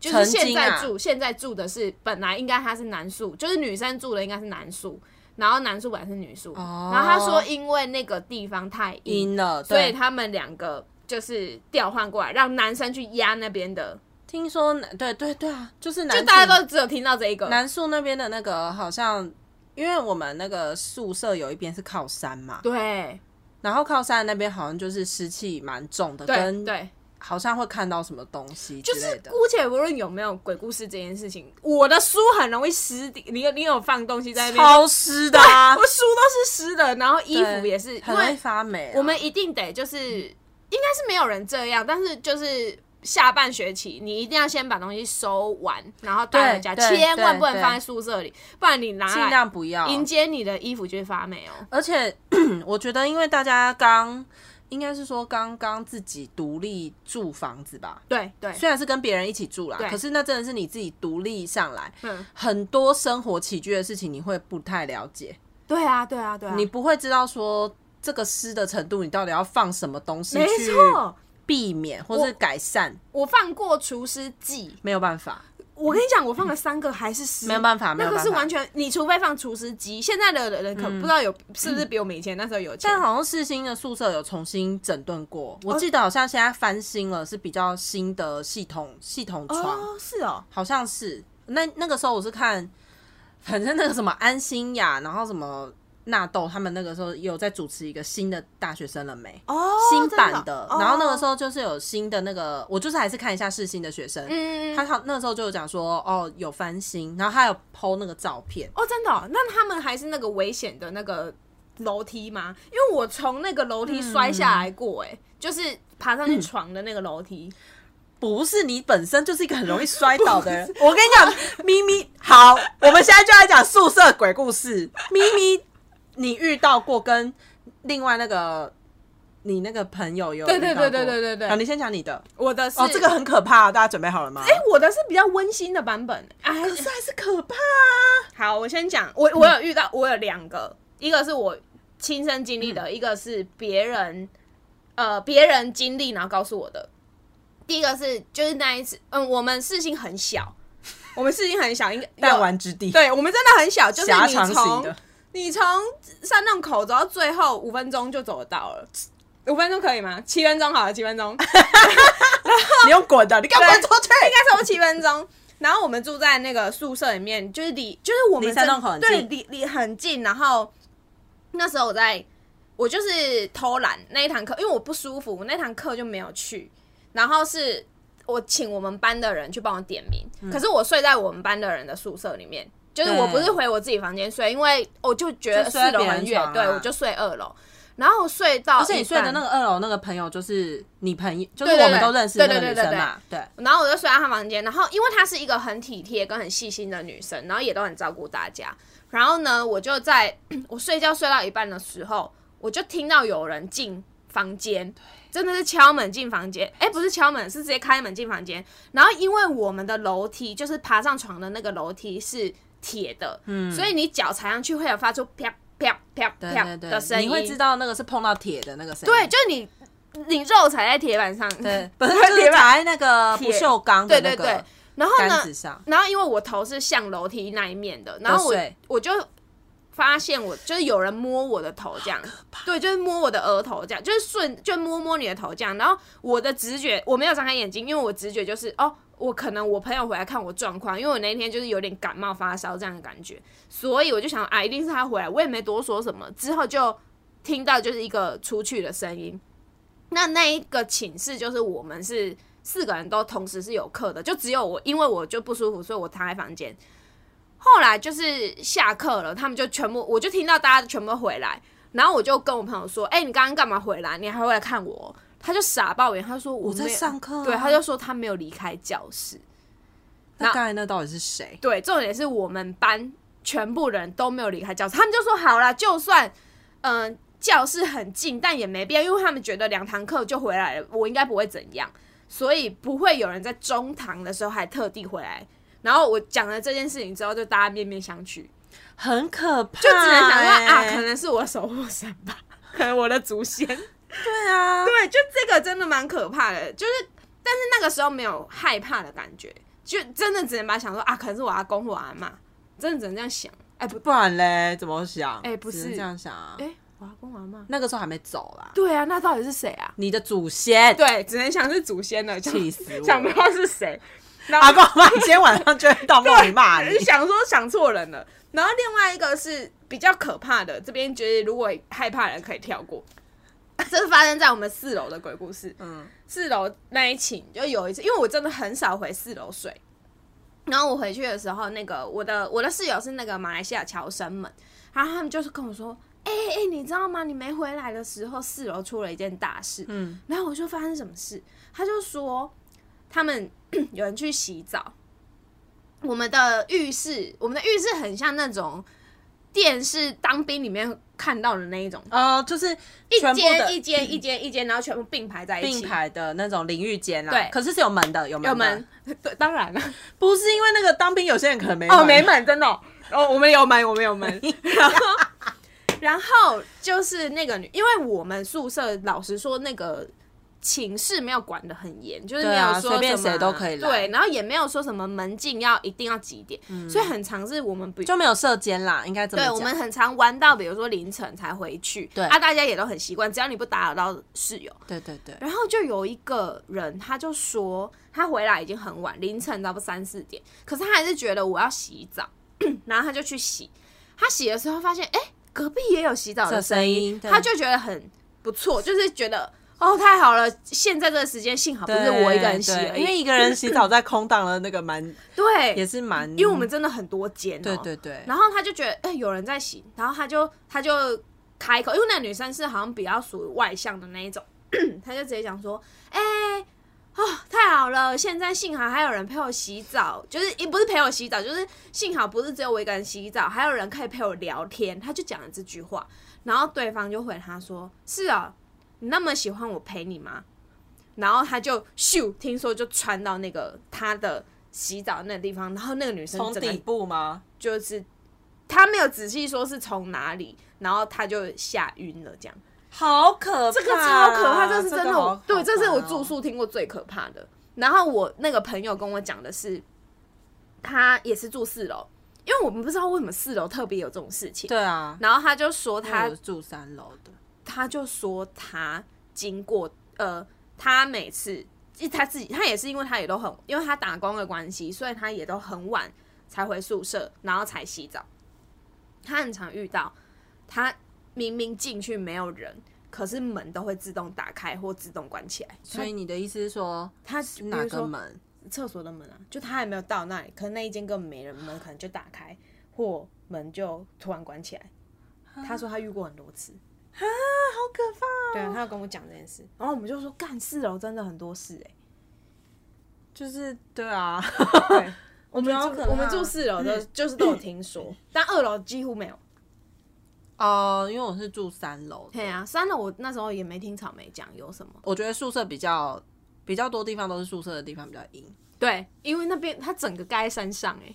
Speaker 1: 就是
Speaker 2: 曾
Speaker 1: 现
Speaker 2: 经啊
Speaker 1: 在住，现在住的是本来应该他是男宿，就是女生住的应该是男宿，然后男宿本来是女宿，
Speaker 2: 哦
Speaker 1: 然后他说因为那个地方太阴，
Speaker 2: 阴了，
Speaker 1: 所
Speaker 2: 对
Speaker 1: 以他们两个就是调换过来，让男生去压那边的，
Speaker 2: 听说南，对对对啊，就是南
Speaker 1: 就
Speaker 2: 树
Speaker 1: 大家都只有听到这一个，
Speaker 2: 南树那边的那个好像。因为我们那个宿舍有一边是靠山嘛，
Speaker 1: 对
Speaker 2: 然后靠山那边好像就是湿气蛮重的，
Speaker 1: 对
Speaker 2: 跟
Speaker 1: 对，
Speaker 2: 好像会看到什么东西之
Speaker 1: 就是
Speaker 2: 类的。
Speaker 1: 姑且不论有没有鬼故事这件事情，我的书很容易湿地，你有你有放东西在那边，
Speaker 2: 超湿的啊，
Speaker 1: 我书都是湿的，然后衣服
Speaker 2: 对
Speaker 1: 也是，因
Speaker 2: 很容易
Speaker 1: 为
Speaker 2: 发霉啊、
Speaker 1: 我们一定得就是，应该是没有人这样，但是就是。下半学期你一定要先把东西收完，然后带回家，
Speaker 2: 对对
Speaker 1: 千万不能
Speaker 2: 对
Speaker 1: 放在宿舍里，不然你拿
Speaker 2: 尽
Speaker 1: 来
Speaker 2: 量不要
Speaker 1: 迎接你的衣服就会发霉哦。
Speaker 2: 而且 我觉得，因为大家刚应该是说刚刚自己独立住房子吧，
Speaker 1: 对对，
Speaker 2: 虽然是跟别人一起住啦
Speaker 1: 对，
Speaker 2: 可是那真的是你自己独立上来，
Speaker 1: 嗯，
Speaker 2: 很多生活起居的事情你会不太了解，
Speaker 1: 对啊对啊对啊，
Speaker 2: 你不会知道说这个湿的程度，你到底要放什么东西
Speaker 1: 没
Speaker 2: 去
Speaker 1: 错，
Speaker 2: 避免或是改善？
Speaker 1: 我放过除湿剂，
Speaker 2: 没有办法，
Speaker 1: 我跟你讲，我放了三个还是湿，
Speaker 2: 没有办法，
Speaker 1: 那
Speaker 2: 没有
Speaker 1: 个
Speaker 2: 办
Speaker 1: 是
Speaker 2: 法
Speaker 1: 完。全，你除非放除湿机，现在的人可不知道有是不是比我们以前那时候有钱
Speaker 2: 但。好像世新的宿舍有重新整顿过，
Speaker 1: 哦
Speaker 2: 我记得好像现在翻新了，是比较新的系统系统床，
Speaker 1: 哦，是哦，
Speaker 2: 好像是。那那个时候我是看，反正那个什么安心雅，然后什么纳豆，他们那个时候有在主持一个新的大学生了没？
Speaker 1: 哦，
Speaker 2: 新版
Speaker 1: 真
Speaker 2: 的，
Speaker 1: 哦
Speaker 2: 然后那个时候就是有新的那个，我就是还是看一下世新的学生，
Speaker 1: 嗯，
Speaker 2: 他他那时候就有讲说哦有翻新，然后他有 PO 那个照片，
Speaker 1: 哦，真的哦、那他们还是那个危险的那个楼梯吗？因为我从那个楼梯
Speaker 2: 嗯
Speaker 1: 摔下来过、哎、就是爬上去床的那个楼梯。
Speaker 2: 嗯不是你本身就是一个很容易摔倒的 人。我跟你讲，咪咪，好，我们现在就来讲宿舍鬼故事。咪咪，你遇到过跟另外那个你那个朋友有
Speaker 1: 对对
Speaker 2: 遇到过
Speaker 1: 对对对对对
Speaker 2: 好，你先讲你的。
Speaker 1: 我的是
Speaker 2: 哦，这个，很可怕，大家准备好了吗？
Speaker 1: 哎、我的是比较温馨的版本。哎，
Speaker 2: 可是还是可怕啊！
Speaker 1: 好，我先讲，
Speaker 2: 嗯
Speaker 1: 我我有遇到，我有两个，一个是我亲身经历的，
Speaker 2: 嗯
Speaker 1: 一个是别人呃别人经历然后告诉我的。第一个是就是那一次，嗯，我们事情很小，我们事情很小，应该
Speaker 2: 弹丸之 地，
Speaker 1: 对我们真的很小，就是
Speaker 2: 狭
Speaker 1: 你
Speaker 2: 长型
Speaker 1: 从
Speaker 2: 的，
Speaker 1: 你从山洞口走到最后五分钟就走得到了，五分钟可以吗？七分钟好了，七分钟，应该
Speaker 2: 你用滚的，你给我滚出去！
Speaker 1: 差不多七分钟。然后我们住在那个宿舍里面，就是离就是我们
Speaker 2: 离山
Speaker 1: 真
Speaker 2: 洞口很
Speaker 1: 对
Speaker 2: 近
Speaker 1: 离离很近。然后那时候我在，我就是偷懒那一堂课，因为我不舒服，我那堂课就没有去。然后是我请我们班的人去帮我点名，
Speaker 2: 嗯
Speaker 1: 可是我睡在我们班的人的宿舍里面，就是我不是回我自己房间睡，因为我就觉得
Speaker 2: 就
Speaker 1: 四
Speaker 2: 睡在
Speaker 1: 楼
Speaker 2: 别人
Speaker 1: 很远，
Speaker 2: 床啊
Speaker 1: 对我就睡二楼。然后我睡到，
Speaker 2: 而且你睡的那
Speaker 1: 个。
Speaker 2: 个二楼那个朋友就是你朋友，就是
Speaker 1: 对对
Speaker 2: 我们
Speaker 1: 对
Speaker 2: 都认识的那
Speaker 1: 对
Speaker 2: 个
Speaker 1: 对
Speaker 2: 女
Speaker 1: 对对
Speaker 2: 生嘛，对。
Speaker 1: 然后我就睡在她房间，然后因为她是一个很体贴跟很细心的女生，然后也都很照顾大家。然后呢，我就在 我睡觉睡到一半的时候，我就听到有人进房间，真的是敲门进房间，哎，不是敲门，是直接开门进房间。然后因为我们的楼梯就是爬上床的那个楼梯是铁的，嗯，所以你脚踩上去会有发出啪啪啪
Speaker 2: 对
Speaker 1: 啪
Speaker 2: 对对
Speaker 1: 的声音，
Speaker 2: 你会知道那个是碰到铁的那个声音。
Speaker 1: 对，就是你你肉踩在铁板上，
Speaker 2: 对， 不是就是打在那个不锈钢的
Speaker 1: 对
Speaker 2: 那
Speaker 1: 对对
Speaker 2: 个。
Speaker 1: 然后呢
Speaker 2: 杆子，上。
Speaker 1: 然后因为我头是向楼梯那一面的，然后我
Speaker 2: 的水
Speaker 1: 我就发现我就是有人摸我的头这样，对，就是摸我的额头这样，就是顺就摸摸你的头这样。然后我的直觉我没有张开眼睛，因为我直觉就是哦，我可能我朋友回来看我状况，因为我那一天就是有点感冒发烧这样的感觉，所以我就想啊，一定是他回来，我也没多说什么。之后就听到就是一个出去的声音。那那一个寝室就是我们是四个人都同时是有课的，就只有我，因为我就不舒服，所以我躺在房间。后来就是下课了，他们就全部，我就听到大家全部回来，然后我就跟我朋友说：“哎、你刚刚干嘛回哎来？你还回来看我？”他就傻爆眼，他说：“我
Speaker 2: 我在
Speaker 1: 没有
Speaker 2: 上课啊
Speaker 1: 对，他就说他没有离开教室。
Speaker 2: 那刚才那到底是谁？
Speaker 1: 对，重点是我们班全部人都没有离开教室，他们就说好啦，就算嗯、呃教室很近，但也没必要，因为他们觉得两堂课就回来了，我应该不会怎样，所以不会有人在中堂的时候还特地回来。然后我讲了这件事情之后，就大家面面相觑，
Speaker 2: 很可怕欸，
Speaker 1: 就只能想说啊，可
Speaker 2: 能
Speaker 1: 能是我的守护神吧，可能我的祖先。
Speaker 2: 对啊，
Speaker 1: 对，就这个真的蛮可怕的，就是但是那个时候没有害怕的感觉，就真的只能把它想说啊，可能是我阿公或我阿妈，真的只能这样想。哎、不，
Speaker 2: 不然嘞怎么想？
Speaker 1: 哎不是
Speaker 2: 只能这样想啊
Speaker 1: 哎、。我阿公我阿妈，
Speaker 2: 那个时候还没走啦，
Speaker 1: 对啊，那到底是谁啊？
Speaker 2: 你的祖先，
Speaker 1: 对，只能想是祖先了，想
Speaker 2: 气死我
Speaker 1: 想不到是谁，然后
Speaker 2: 阿公妈今天晚上就会到梦里骂你
Speaker 1: 对。想说想错人了。然后另外一个是比较可怕的，这边觉得如果害怕的人可以跳过。这是发生在我们四楼的鬼故事。
Speaker 2: 嗯，
Speaker 1: 四楼那一寝就有一次，因为我真的很少回四楼睡。然后我回去的时候，那个我的我的室友是那个马来西亚侨生们，然后他们就是跟我说：“哎、哎、你知道吗？你没回来的时候，四楼出了一件大事。”嗯
Speaker 2: 嗯，
Speaker 1: 然后我就发生什么事，他就说他们 有人去洗澡，我们的浴室，我们的浴室很像那种电视当兵里面看到的那一种，
Speaker 2: 呃，就是
Speaker 1: 一
Speaker 2: 全部的嗯
Speaker 1: 间一间一间一间，然后全部并排在一起，
Speaker 2: 并排的那种淋浴间啦。
Speaker 1: 对
Speaker 2: 可是是有门的，有门的
Speaker 1: 有门，对， 当然了。
Speaker 2: 不是因为那个当兵有些人可能没
Speaker 1: 哦，没
Speaker 2: 门，
Speaker 1: 门，真的哦。哦，我们有门，我们有门。然后，然后就是那个女，因为我们宿舍老实说那个。寝室没有管得很严，就是没
Speaker 2: 对啊
Speaker 1: 有说
Speaker 2: 随便
Speaker 1: 什么
Speaker 2: 谁都可以来
Speaker 1: 对，然后也没有说什么门禁要一定要几点，所以很常是我们不
Speaker 2: 就没有射奸啦，应该这么
Speaker 1: 对，
Speaker 2: 讲。
Speaker 1: 我们很常玩到，比如说凌晨才回去。
Speaker 2: 对
Speaker 1: 啊，大家也都很习惯，只要你不打扰到室友。
Speaker 2: 对对对，
Speaker 1: 然后就有一个人，他就说他回来已经很晚，凌晨差不多三四点，可是他还是觉得我要洗澡， 然后他就去洗。他洗的时候发现，哎、隔壁也有洗澡的
Speaker 2: 这
Speaker 1: 声
Speaker 2: 声音嗯对
Speaker 1: 他就觉得很不错，就是觉得哦太好了，现在这个时间幸好不是我一个人洗
Speaker 2: 对
Speaker 1: 而已，
Speaker 2: 因为一个人洗澡在空荡的那个 蛮
Speaker 1: 对
Speaker 2: 也是蛮，
Speaker 1: 因为我们真的很多间、哦，
Speaker 2: 对对对，
Speaker 1: 然后他就觉得，哎、有人在洗，然后他就他就开口，因为那女生是好像比较属于外向的那一种，他就直接讲说，哎、哦，太好了！现在幸好还有人陪我洗澡，就是也不是陪我洗澡，就是幸好不是只有我一个人洗澡，还有人可以陪我聊天。他就讲了这句话，然后对方就回他说：“是啊，你那么喜欢我陪你吗？”然后他就咻，听说就穿到那个他的洗澡那个地方，然后那个女生
Speaker 2: 从
Speaker 1: 整个
Speaker 2: 底部吗？
Speaker 1: 就是他没有仔细说是从哪里，然后他就吓晕了，这样。
Speaker 2: 好可怕，啊
Speaker 1: 这个超可怕，这是真的我，
Speaker 2: 好可
Speaker 1: 对，这是我
Speaker 2: 怕哦
Speaker 1: 住宿听过最可怕的。然后我那个朋友跟我讲的是，他也是住四楼，因为我们不知道为什么四楼特别有这种事情。
Speaker 2: 对啊，
Speaker 1: 然后他就说他
Speaker 2: 他住三楼的，
Speaker 1: 呃他就说他经过呃，他每次他自己他也是因为他也都很，因为他打工的关系，所以他也都很晚才回宿舍，然后才洗澡。他很常遇到，呃他明明进去没有人，可是门都会自动打开或自动关起来。
Speaker 2: 所以你的意思是说
Speaker 1: 他
Speaker 2: 是哪
Speaker 1: 比如
Speaker 2: 个
Speaker 1: 说
Speaker 2: 门？
Speaker 1: 厕所的门啊，就他还没有到那里，可能那一间根本没人，门可能就打开，或门就突然关起来。他说他遇过很多次啊，好可怕、对啊，他要跟我讲这件事， 然后我们就说干四楼真的很多事哎、
Speaker 2: 就是对啊，
Speaker 1: 对，我
Speaker 2: 觉
Speaker 1: 们
Speaker 2: 得好
Speaker 1: 住
Speaker 2: 可怕
Speaker 1: 我们住四楼的， 就是都有听说，但二楼几乎没有。
Speaker 2: 哦，因为我是住三楼的，
Speaker 1: 对啊，三楼我那时候也没听草莓讲有什么。
Speaker 2: 我觉得宿舍比较比较多地方都是宿舍的地方比较阴，
Speaker 1: 对，因为那边它整个盖在山上哎、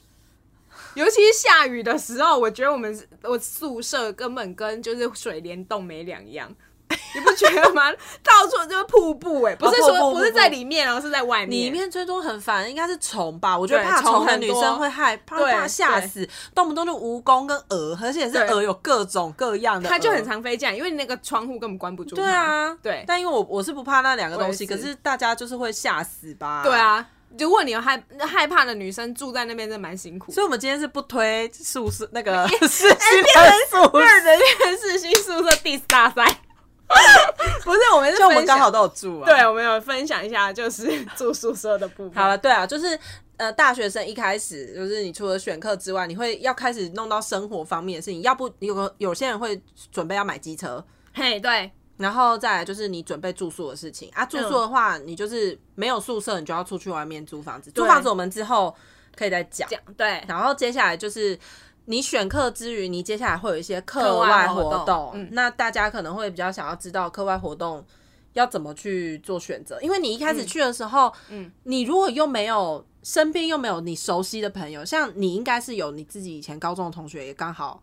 Speaker 1: 尤其是下雨的时候，我觉得我们我宿舍根本跟就是水帘洞没两样， 你不觉得吗？ 到处就是瀑布哎、不是说、
Speaker 2: 瀑布
Speaker 1: 不是
Speaker 2: 瀑布
Speaker 1: 在里面哦，是在外面。
Speaker 2: 里面最多很烦，应该是虫吧？我觉得
Speaker 1: 对
Speaker 2: 怕虫的
Speaker 1: 虫
Speaker 2: 女
Speaker 1: 很多
Speaker 2: 生会害怕
Speaker 1: 对
Speaker 2: 怕吓死，动不动就蜈蚣跟蛾，而且是
Speaker 1: 对
Speaker 2: 蛾有各种各样的蛾，
Speaker 1: 它就很常飞进来，因为那个窗户根本关不住它。
Speaker 2: 对啊，
Speaker 1: 对
Speaker 2: 但因为我我是不怕那两个东西，
Speaker 1: 我也
Speaker 2: 可
Speaker 1: 是
Speaker 2: 是大家就是会吓死吧？
Speaker 1: 对。啊，如果你有害害怕的女生住在那边，真的蛮辛苦的。
Speaker 2: 所以，我们今天是不推宿舍那个是新的宿舍，
Speaker 1: 二人院世新宿舍 diss 大赛，不是我们是
Speaker 2: 就我们
Speaker 1: 分享
Speaker 2: 刚好都有住啊。
Speaker 1: 对，我们有分享一下就是住宿舍的部分。
Speaker 2: 好了，对啊，就是呃，大学生一开始就是你除了选课之外，你会要开始弄到生活方面的事情，要不有个有些人会准备要买机车，
Speaker 1: 嘿，对，
Speaker 2: 然后再来就是你准备住宿的事情啊。住宿的话，
Speaker 1: 嗯
Speaker 2: 你就是没有宿舍，你就要出去外面租房子。租房子我们之后可以再讲。
Speaker 1: 讲对，
Speaker 2: 然后接下来就是你选课之余，你接下来会有一些课
Speaker 1: 外
Speaker 2: 外
Speaker 1: 活
Speaker 2: 活
Speaker 1: 动
Speaker 2: 动，
Speaker 1: 嗯
Speaker 2: 那大家可能会比较想要知道课外活动要怎么去做选择，因为你一开始去的时候，
Speaker 1: 嗯
Speaker 2: 你如果又没有身边又没有你熟悉的朋友，像你应该是有你自己以前高中的同学也刚好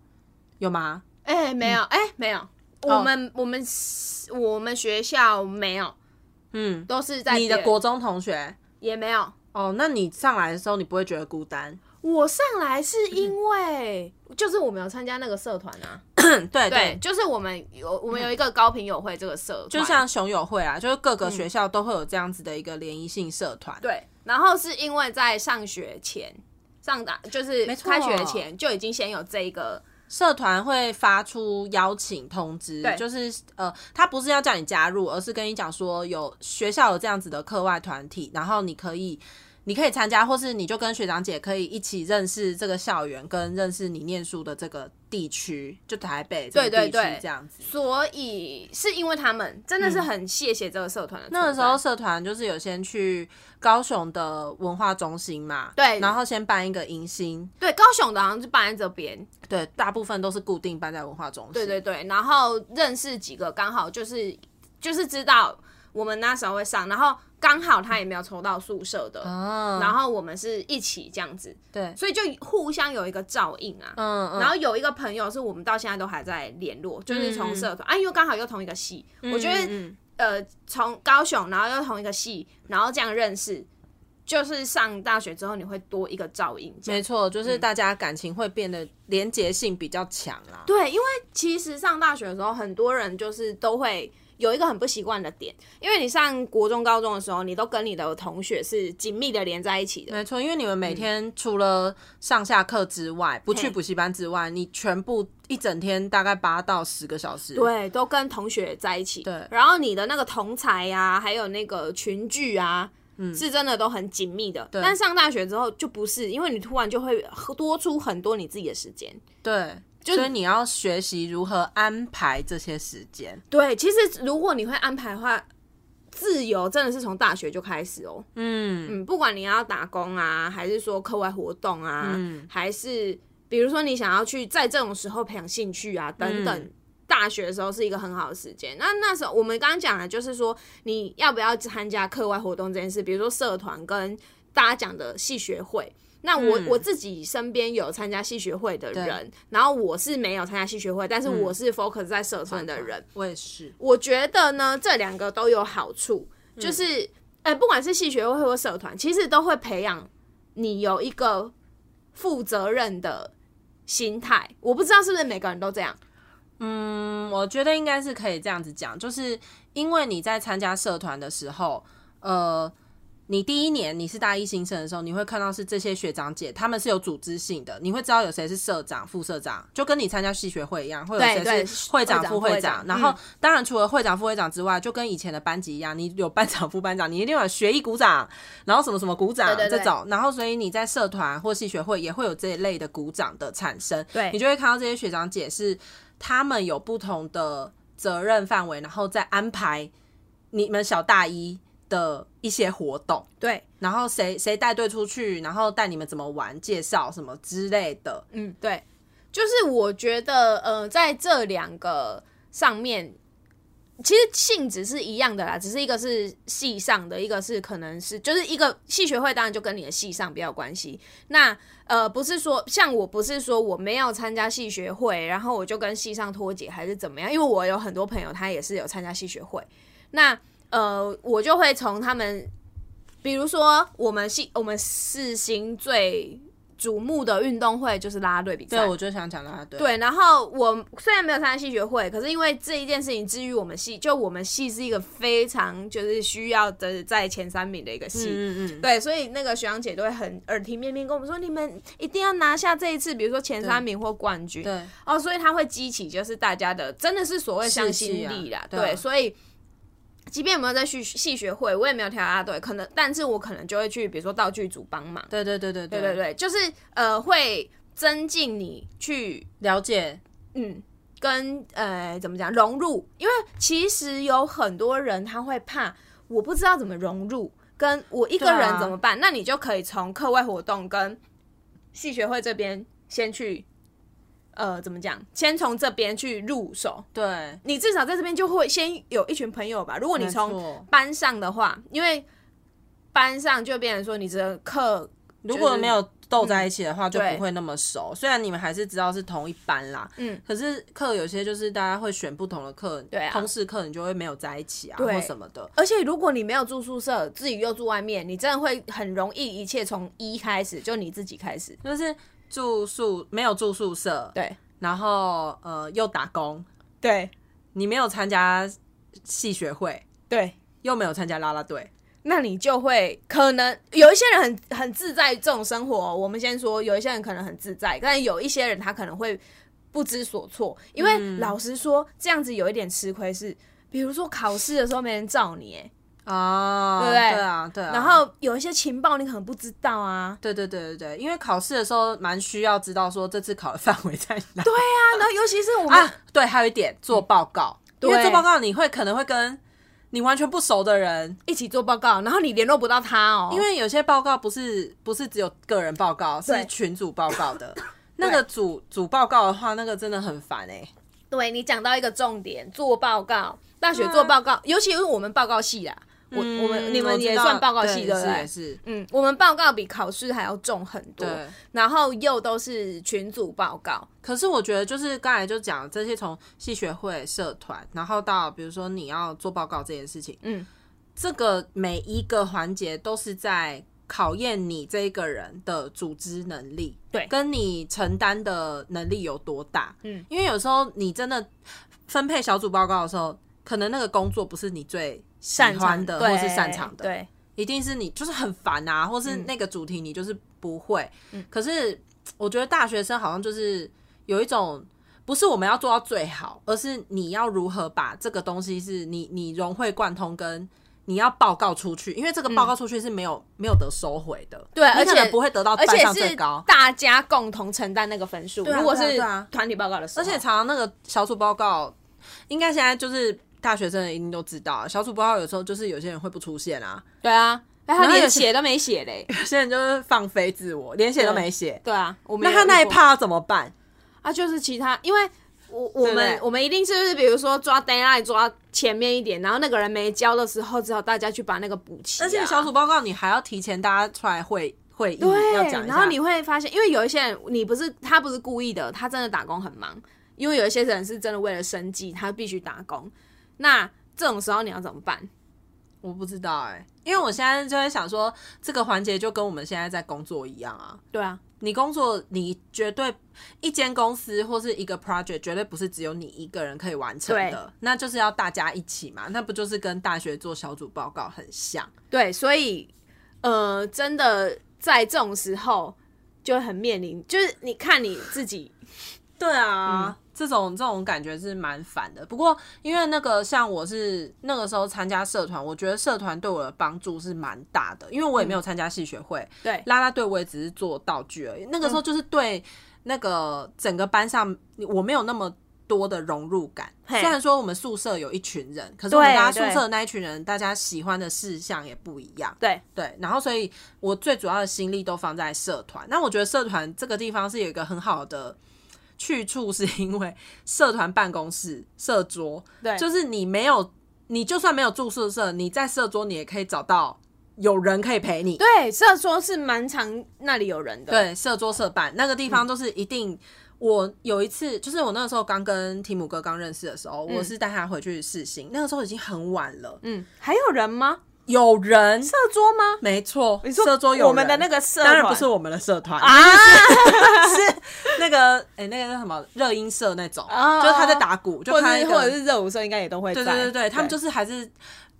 Speaker 2: 有吗？
Speaker 1: 哎、没有，哎、没有，我们、我们我们学校没有，
Speaker 2: 嗯，
Speaker 1: 都是在
Speaker 2: 你
Speaker 1: 别
Speaker 2: 的
Speaker 1: 人
Speaker 2: 国中同学
Speaker 1: 也没有。
Speaker 2: 哦，那你上来的时候你不会觉得孤单？
Speaker 1: 我上来是因为，就是我们有参加那个社团啊，
Speaker 2: 嗯对
Speaker 1: 对，，就是我们有我们有一个高频友会这嗯个社团，
Speaker 2: 就像熊友会啊，就是各个学校都会有这样子的一个联谊性社团。
Speaker 1: 对，然后是因为在上学前。上大就是
Speaker 2: 没错
Speaker 1: 开学前就已经先有这一个，
Speaker 2: 社团会发出邀请通知
Speaker 1: 对，
Speaker 2: 就是呃，他不是要叫你加入，而是跟你讲说有学校有这样子的课外团体，然后你可以你可以参加，或是你就跟学长姐可以一起认识这个校园，跟认识你念书的这个地区，就台北这个
Speaker 1: 对
Speaker 2: 地
Speaker 1: 对对
Speaker 2: 区这样子。
Speaker 1: 所以是因为他们真的是很谢谢这个社团的存在、
Speaker 2: 那个时候社团就是有先去高雄的文化中心嘛，
Speaker 1: 对
Speaker 2: 然后先办一个迎新，
Speaker 1: 对高雄的好像就办在这边，
Speaker 2: 对，大部分都是固定办在文化中心，
Speaker 1: 对对对，然后认识几个刚好就是就是知道我们那时候会上，然后刚好他也没有抽到宿舍的，
Speaker 2: 啊
Speaker 1: 然后我们是一起这样子，
Speaker 2: 对，
Speaker 1: 所以就互相有一个照应啊。
Speaker 2: 嗯嗯
Speaker 1: 然后有一个朋友是我们到现在都还在联络，就是从社团、啊，因为刚好又同一个系，我觉得
Speaker 3: 嗯
Speaker 1: 呃，从高雄然后又同一个系，然后这样认识，就是上大学之后你会多一个照应，这样
Speaker 2: 没错，就是大家感情会变得连结性比较强啦。
Speaker 1: 对，因为其实上大学的时候，很多人就是都会有一个很不习惯的点，因为你上国中、高中的时候，你都跟你的同学是紧密的连在一起的。
Speaker 2: 没错，因为你们每天除了上下课之外，不去补习班之外，你全部一整天大概八到十个小时，，
Speaker 1: 对，都跟同学在一起。
Speaker 2: 对
Speaker 1: 然后你的那个同才呀、还有那个群聚啊，
Speaker 2: 嗯
Speaker 1: 是真的都很紧密的。但上大学之后就不是，因为你突然就会多出很多你自己的时间。
Speaker 2: 对，所以你要学习如何安排这些时间。
Speaker 1: 对，其实如果你会安排的话，自由真的是从大学就开始哦。
Speaker 2: 嗯，
Speaker 1: 嗯，不管你要打工啊，还是说课外活动啊，还是比如说你想要去在这种时候培养兴趣啊，等等。
Speaker 2: 嗯
Speaker 1: 大学的时候是一个很好的时间。那那时候我们刚刚讲的就是说，你要不要参加课外活动这件事，比如说社团跟大家讲的系学会。那我、我自己身边有参加系学会的人，然后我是没有参加系学会，但是我是 focus 在社团的人。
Speaker 2: 我也是，
Speaker 1: 我觉得呢，这两个都有好处，就是，呃、不管是系学会或社团，其实都会培养你有一个负责任的心态。我不知道是不是每个人都这样，
Speaker 2: 嗯，我觉得应该是可以这样子讲，就是因为你在参加社团的时候，呃。你第一年你是大一新生的时候，你会看到是这些学长姐，他们是有组织性的，你会知道有谁是社长、副社长，就跟你参加系学会一样，会有
Speaker 1: 对
Speaker 2: 谁
Speaker 1: 对
Speaker 2: 是会长、
Speaker 1: 会长
Speaker 2: 副
Speaker 1: 会
Speaker 2: 会
Speaker 1: 长嗯
Speaker 2: 长。然后，当然除了会长、副会长之外，就跟以前的班级一样，你有班长、副班长，你一定有学艺股长，然后什么什么股长
Speaker 1: 对对对
Speaker 2: 这种。然后，所以你在社团或系学会也会有这一类的股长的产生，
Speaker 1: 对
Speaker 2: 你就会看到这些学长姐是他们有不同的责任范围，然后再安排你们小大一的一些活动，
Speaker 1: 对，
Speaker 2: 然后谁谁带队出去，然后带你们怎么玩，介绍什么之类的。
Speaker 1: 嗯，对，就是我觉得，呃，在这两个上面，其实性质是一样的啦，只是一个是系上的，一个是可能是就是一个系学会，当然就跟你的系上比较有关系。那呃，不是说像我不是说我没有参加系学会，然后我就跟系上脱节还是怎么样，因为我有很多朋友他也是有参加系学会，那呃，我就会从他们。比如说，我们系我们世新最瞩目的运动会就是啦啦队比赛
Speaker 2: 对，，我就想讲啦，对，
Speaker 1: 对，然后我虽然没有参加系学会，可是因为这一件事情，至于我们系，就我们系是一个非常就是需要的在前三名的一个系。
Speaker 2: 嗯嗯嗯，
Speaker 1: 对，所以那个学长姐都会很耳提面命跟我们说，你们一定要拿下这一次，比如说前三名或冠军。
Speaker 2: 对，
Speaker 1: 哦，所以它会激起就是大家的真的是所谓向心力
Speaker 2: 士气
Speaker 1: 啦，
Speaker 2: 啊
Speaker 1: 对，
Speaker 2: 对啊
Speaker 1: 所以。即便没有在系系学会，我也没有跳啦啦队，可能，但是我可能就会去，比如说道具组帮忙，
Speaker 2: 对对对对
Speaker 1: 对对，对，就是呃，会增进你去
Speaker 2: 了解，
Speaker 1: 嗯，跟呃怎么讲融入，因为其实有很多人他会怕，我不知道怎么融入，跟我一个
Speaker 2: 对
Speaker 1: 人
Speaker 2: 啊
Speaker 1: 怎么办？那你就可以从课外活动跟系学会这边先去，呃，怎么讲？先从这边去入手，
Speaker 2: 对，
Speaker 1: 你至少在这边就会先有一群朋友吧。如果你
Speaker 2: 没
Speaker 1: 从
Speaker 2: 错
Speaker 1: 班上的话，因为班上就变成说你的课
Speaker 2: 如果没有斗在一起的话，就
Speaker 1: 嗯对
Speaker 2: 不会那么熟。虽然你们还是知道是同一班啦，
Speaker 1: 嗯，
Speaker 2: 可是课有些就是大家会选不同的课，
Speaker 1: 对啊
Speaker 2: 通识课你就会没有在一起啊，
Speaker 1: 对
Speaker 2: 或什么的。
Speaker 1: 而且如果你没有住宿舍，自己又住外面，你真的会很容易一切从一开始，就你自己开始。
Speaker 2: 就是住宿没有住宿舍，
Speaker 1: 对
Speaker 2: 然后呃又打工，
Speaker 1: 对
Speaker 2: 你没有参加戏学会，
Speaker 1: 对，
Speaker 2: 又没有参加啦啦队，
Speaker 1: 那你就会可能有一些人很很自在这种生活哦、我们先说有一些人可能很自在，但有一些人他可能会不知所措，因为老实说，这样子有一点吃亏是。比如说考试的时候没人罩你，哎，
Speaker 2: 哦，
Speaker 1: 对不对
Speaker 2: 对啊，对啊。
Speaker 1: 然后有一些情报你可能不知道啊，
Speaker 2: 对对对对对，因为考试的时候蛮需要知道说这次考的范围在哪。对
Speaker 1: 啊，然后尤其是我们
Speaker 2: 啊， 对，还有一点做报告，因
Speaker 1: 嗯
Speaker 2: 为
Speaker 1: 对
Speaker 2: 做报告你会可能会跟你完全不熟的人，
Speaker 1: 一起做报告，然后你联络不到他哦，
Speaker 2: 因为有些报告不是不是只有个人报告，
Speaker 1: 对
Speaker 2: 是群组报 告的。那个组组报告的话，那个真的很烦哎、
Speaker 1: 对你讲到一个重点，做报告。大
Speaker 2: 啊
Speaker 1: 学做报告，尤其是我们报告系啦，我嗯
Speaker 2: 嗯
Speaker 1: 我们你们也算报告系对不
Speaker 2: 的，
Speaker 1: 对
Speaker 2: 也？是
Speaker 1: 嗯，我们报告比考试还要重很多，
Speaker 2: 对。
Speaker 1: 然后又都是群组报告，
Speaker 2: 可是我觉得，就是刚才就讲这些，从系学会、社团，然后到比如说你要做报告这件事情，
Speaker 1: 嗯，
Speaker 2: 这个每一个环节都是在考验你这一个人的组织能力，
Speaker 1: 对
Speaker 2: 跟你承担的能力有多大，
Speaker 1: 嗯，
Speaker 2: 因为有时候你真的分配小组报告的时候，可能那个工作不是你最喜
Speaker 1: 擅
Speaker 2: 欢
Speaker 1: 长
Speaker 2: 的，
Speaker 1: 对
Speaker 2: 或是擅长的，
Speaker 1: 对，
Speaker 2: 一定是你就是很烦啊，或是
Speaker 1: 嗯
Speaker 2: 那个主题你就是不会。
Speaker 1: 嗯
Speaker 2: 可是我觉得大学生好像就是有一种，不是我们要做到最好，而是你要如何把这个东西是你你融会贯通跟。你要报告出去，因为这个报告出去是没有、没有得收回的，
Speaker 1: 对
Speaker 2: 你
Speaker 1: 而
Speaker 2: 可
Speaker 1: 且
Speaker 2: 能不会得到
Speaker 1: 而
Speaker 2: 班
Speaker 1: 且
Speaker 2: 上最
Speaker 1: 是
Speaker 2: 高，
Speaker 1: 大家共同承担那个分数。
Speaker 2: 对啊
Speaker 1: 如果
Speaker 2: 对啊
Speaker 1: 是
Speaker 2: 对啊
Speaker 1: 团体报告的时候，
Speaker 2: 而且常常那个小组报告，应该现在就是大学生一定都知道啊，小组报告有时候就是有些人会不出现啊，
Speaker 1: 对啊，那他
Speaker 2: 然后有
Speaker 1: 连
Speaker 2: 些
Speaker 1: 写都没写嘞。
Speaker 2: 有些人就是放飞自我，连写都
Speaker 1: 对
Speaker 2: 没写，
Speaker 1: 对啊，我们
Speaker 2: 那
Speaker 1: 有
Speaker 2: 他那
Speaker 1: 遇
Speaker 2: 一
Speaker 1: 过
Speaker 2: 趴要怎么办？
Speaker 1: 啊，就是其他，因为我我们
Speaker 2: 对不对
Speaker 1: 我们一定是比如说抓 d a y l i g h t 抓前面一点，然后那个人没交的时候，只好大家去把那个补齐啊、
Speaker 2: 而且小组报告你还要提前大家出来会会议
Speaker 1: 对
Speaker 2: 要讲，一下，
Speaker 1: 然后你会发现，因为有一些人你不是他不是故意的，他真的打工很忙，因为有一些人是真的为了生计，他必须打工。那这种时候你要怎么办？
Speaker 2: 我不知道哎、因为我现在就会想说，这个环节就跟我们现在在工作一样啊。
Speaker 1: 对啊，
Speaker 2: 你工作，你绝对一间公司或是一个 project，绝对不是只有你一个人可以完成
Speaker 1: 对
Speaker 2: 的，那就是要大家一起嘛。那不就是跟大学做小组报告很像？
Speaker 1: 对，所以呃，真的在这种时候就会很面临，就是你看你自己，
Speaker 2: 对
Speaker 1: 嗯
Speaker 2: 啊，这种这种感觉是蛮烦的。不过因为那个像我是那个时候参加社团，我觉得社团对我的帮助是蛮大的，因为我也没有参加系学会，
Speaker 1: 对
Speaker 2: 啦啦队我也只是做道具而已。那个
Speaker 1: 嗯
Speaker 2: 时候就是对那个整个班上，我没有那么。多的融入感，
Speaker 1: 嘿
Speaker 2: 虽然说我们宿舍有一群人，可是我们
Speaker 1: 对
Speaker 2: 大家宿
Speaker 1: 对
Speaker 2: 舍的那一群人，大家喜欢的事项也不一样。
Speaker 1: 对，
Speaker 2: 对，然后所以我最主要的心力都放在社团。那我觉得社团这个地方是有一个很好的去处，是因为社团办公室、社桌，
Speaker 1: 对
Speaker 2: 就是你没有，你就算没有住宿舍，你在社桌你也可以找到有人可以陪你。
Speaker 1: 对，社说是蛮常那里有人的，
Speaker 2: 对，社桌社办那个地方都是一定。我有一次，就是我那个时候刚跟提姆哥刚认识的时
Speaker 3: 嗯
Speaker 2: 候，我是带他回去试新，那个时候已经很晚了，
Speaker 1: 嗯，还有人吗？
Speaker 2: 有人，
Speaker 1: 社桌吗？
Speaker 2: 没错，
Speaker 3: 你说
Speaker 2: 社桌有
Speaker 3: 我们的
Speaker 2: 人
Speaker 3: 那个社
Speaker 2: 当然
Speaker 3: 团
Speaker 2: 不是我们的社团
Speaker 3: 啊，
Speaker 2: 那个哎、那个叫什么热音社那种
Speaker 1: 哦
Speaker 2: 就是他在打鼓，就
Speaker 3: 或者
Speaker 2: 看
Speaker 3: 是
Speaker 2: 一
Speaker 3: 或者
Speaker 2: 个，
Speaker 3: 是热舞社应该也都会在。
Speaker 2: 对对对对，他们就是还是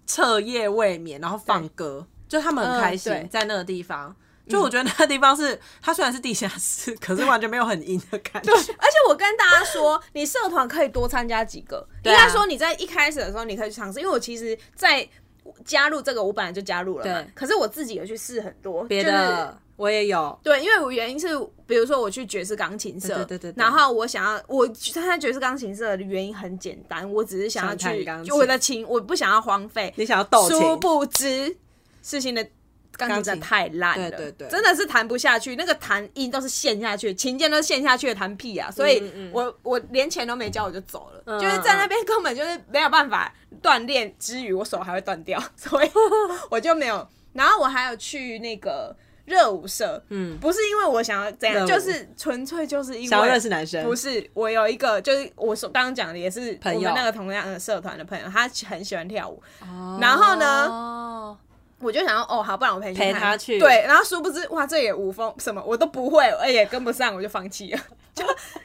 Speaker 2: 彻夜未眠，然后放歌，就他们很开心、
Speaker 1: 嗯对
Speaker 2: 在那个地方。就我觉得那个地方是，它虽然是地下室，可是完全没有很阴的感觉。
Speaker 1: 而且我跟大家说， 你社团可以多参加几个。应
Speaker 2: 对啊
Speaker 1: 该说你在一开始的时候，你可以去尝试，因为我其实，在加入这个，我本来就加入了嘛
Speaker 2: 对。
Speaker 1: 可是我自己有去试很多
Speaker 2: 别
Speaker 1: 就是
Speaker 2: 的我也有，
Speaker 1: 对，因为我原因是，比如说我去爵士钢琴社，
Speaker 2: 对对对对对
Speaker 1: 然后我想要我去参加爵士钢琴社的原因很简单，我只是想要
Speaker 2: 想弹
Speaker 1: 去
Speaker 2: 钢琴
Speaker 1: 就我的琴，我不想要荒废。
Speaker 2: 你想要斗琴，
Speaker 1: 殊不知，事情的钢琴真的太烂了，
Speaker 2: 钢琴对对对
Speaker 1: 真的是弹不下去，那个弹音都是陷下去，琴键都是陷下去的弹屁啊！所以
Speaker 2: 嗯嗯
Speaker 1: 我，我连钱都没交我就走了，就是在那边根本就是没有办法锻炼之余，我手还会断掉， 所 以我就没有。然后我还有去那个。热舞社，嗯，不是因为我想要这样，
Speaker 2: 热舞
Speaker 1: 就是纯粹就是因为
Speaker 2: 想要认识男生
Speaker 1: 不是，我有一个就是我所刚刚讲的，也是
Speaker 2: 朋
Speaker 1: 我
Speaker 2: 友
Speaker 1: 们那个同样的社团的朋友，他很喜欢跳舞，然后呢
Speaker 2: 哦，
Speaker 1: 我就想要哦，好，不然我陪你
Speaker 2: 陪
Speaker 1: 看
Speaker 2: 他去
Speaker 1: 对，然后殊不知哇，这也无风什么我都不会，我也跟不上，我就放弃了。 就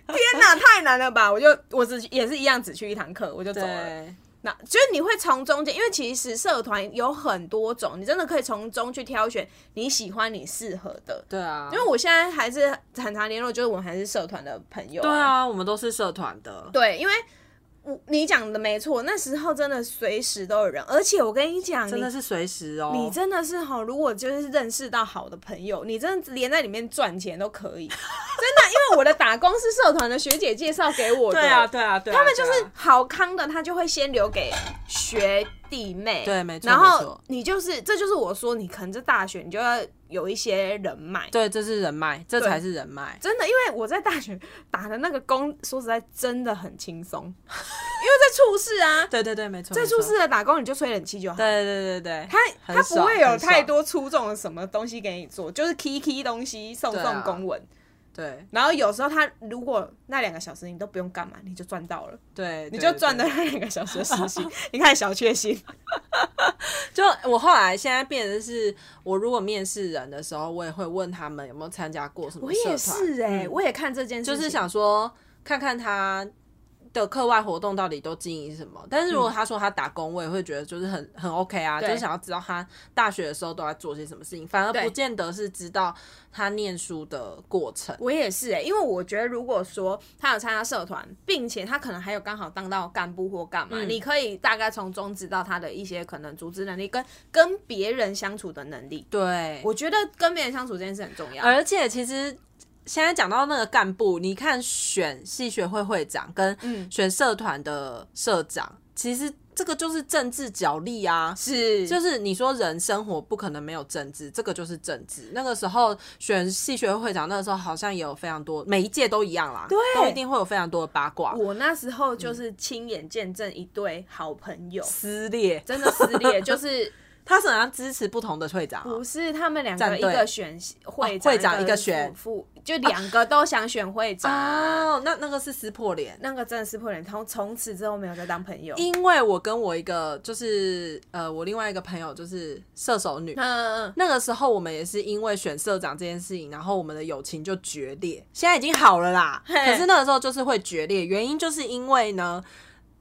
Speaker 1: 天哪，太难了吧！我就我只也是一样，只去一堂课我就走了。
Speaker 2: 对，
Speaker 1: 那就是你会从中间，因为其实社团有很多种，你真的可以从中去挑选你喜欢、你适合的。
Speaker 2: 对啊，
Speaker 1: 因为我现在还是很常联络，就是我们还是社团的朋友、
Speaker 2: 对，啊，我们都是社团的，
Speaker 1: 对，因为我你讲的没错，那时候真的随时都有人，而且我跟你讲，
Speaker 2: 真
Speaker 1: 你
Speaker 2: 的是随时哦，
Speaker 1: 你真的是哈，如果就是认识到好的朋友，你真的连在里面赚钱都可以，真 的，因为我的打工是社团的学姐介绍给我的，
Speaker 2: 对啊，对啊，对啊，
Speaker 1: 他们就
Speaker 2: 对
Speaker 1: 是
Speaker 2: 啊
Speaker 1: 好康的，他就会先留给学弟妹，
Speaker 2: 对没错
Speaker 1: 然
Speaker 2: 没
Speaker 1: 后
Speaker 2: 错
Speaker 1: 你就是，这就是我说，你可能在大学你就要有一些人脉。
Speaker 2: 对，这是人脉，这才是人脉。
Speaker 1: 真的，因为我在大学打的那个工，说实在真的很轻松，在处事啊，
Speaker 2: 对对对，没错，
Speaker 1: 在
Speaker 2: 没
Speaker 1: 处
Speaker 2: 错
Speaker 1: 事的打工你就吹冷气就好。
Speaker 2: 对对对对
Speaker 1: 他
Speaker 2: 很
Speaker 1: 他不
Speaker 2: 爽
Speaker 1: 会有
Speaker 2: 很
Speaker 1: 太
Speaker 2: 爽
Speaker 1: 多出众的什么东西给你做，就是 K K 东西送
Speaker 2: 对啊
Speaker 1: 送公文，
Speaker 2: 对
Speaker 1: 然后有时候他如果那两个小时你都不用干嘛，你就赚到了，
Speaker 2: 对，
Speaker 1: 你
Speaker 2: 对
Speaker 1: 就
Speaker 2: 对
Speaker 1: 赚了那两个小时的时薪。 你看小确幸，
Speaker 2: 就我后来现在变成是，我如果面试人的时候，我也会问他们有没有参加过什么
Speaker 1: 我
Speaker 2: 社团，嗯
Speaker 1: 也是
Speaker 2: 欸
Speaker 1: 哎、我也看这件事，
Speaker 2: 就是。想说看看他的课外活动到底都经营什么。但是如果他说他打工，我也会觉得就是很很 OK 啊，就
Speaker 1: 对
Speaker 2: 是想要知道他大学的时候都在做些什么事情，反而
Speaker 1: 对
Speaker 2: 不见得是知道他念书的过程。
Speaker 1: 我也是哎、因为我觉得如果说他有参加社团，并且他可能还有刚好当到干部或干嘛，
Speaker 2: 嗯
Speaker 1: 你可以大概从中知道他的一些可能组织能力跟跟别人相处的能力。
Speaker 2: 对，
Speaker 1: 我觉得跟别人相处这件事很重要。
Speaker 2: 而且其实现在讲到那个干部，你看选系学会会长跟
Speaker 1: 嗯
Speaker 2: 选社团的社长，其实这个就是政治角力啊。
Speaker 1: 是，
Speaker 2: 就是你说人生活不可能没有政治，这个就是政治。那个时候选系学会会长，那个时候好像也有非常多，每一届都一样啦，对，都一定会有非常多的八卦
Speaker 1: 我那时候
Speaker 2: 嗯
Speaker 1: 就是亲眼见证一对好朋友、
Speaker 2: 撕裂。
Speaker 1: 真的撕裂， 就是
Speaker 2: 他是好像支持不同的会长、啊
Speaker 1: 不，是他们两个
Speaker 2: 战
Speaker 1: 一
Speaker 2: 队
Speaker 1: 个选会
Speaker 2: 哦会长一个选
Speaker 1: 副，副就两个都想选会长。啊
Speaker 2: 哦，那那个是撕破脸。
Speaker 1: 那个真的撕破脸，从从此之后没有再当朋友。
Speaker 2: 因为我跟我一个就是呃，我另外一个朋友就是射手女，
Speaker 1: 嗯，
Speaker 2: 那个时候我们也是因为选社长这件事情，然后我们的友情就决裂。现在已经好了啦，
Speaker 1: 嘿
Speaker 2: 可是那个时候就是会决裂，原因就是因为呢，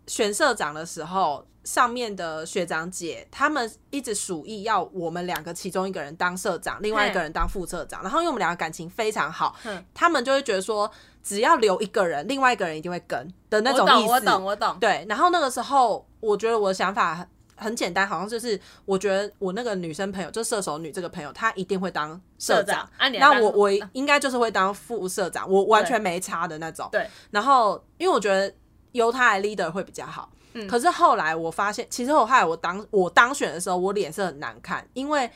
Speaker 2: 选社长的时候，上面的学长姐他们一直鼠疫要我们两个其中一个人当社长，另外一个人当副社长。然后因为我们两个感情非常好
Speaker 1: 嗯，
Speaker 2: 他们就会觉得说，只要留一个人，另外一个人一定会跟的 那
Speaker 1: 我
Speaker 2: 种
Speaker 1: 懂，
Speaker 2: 意思。
Speaker 1: 我懂，我懂。
Speaker 2: 对，然后那个时候我觉得我的想法很很简单，好像就是我觉得我那个女生朋友，就射手女这个朋友，她一定会当社
Speaker 1: 社长啊你来
Speaker 2: 那
Speaker 1: 当
Speaker 2: 我我应该就是会当副社长，我完全没差的那种。
Speaker 1: 对，
Speaker 2: 然后因为我觉得由她来 leader 会比较好。
Speaker 1: 嗯
Speaker 2: 可是后来我发现，其实我后来我当我当选的时候，我脸色很难看，因为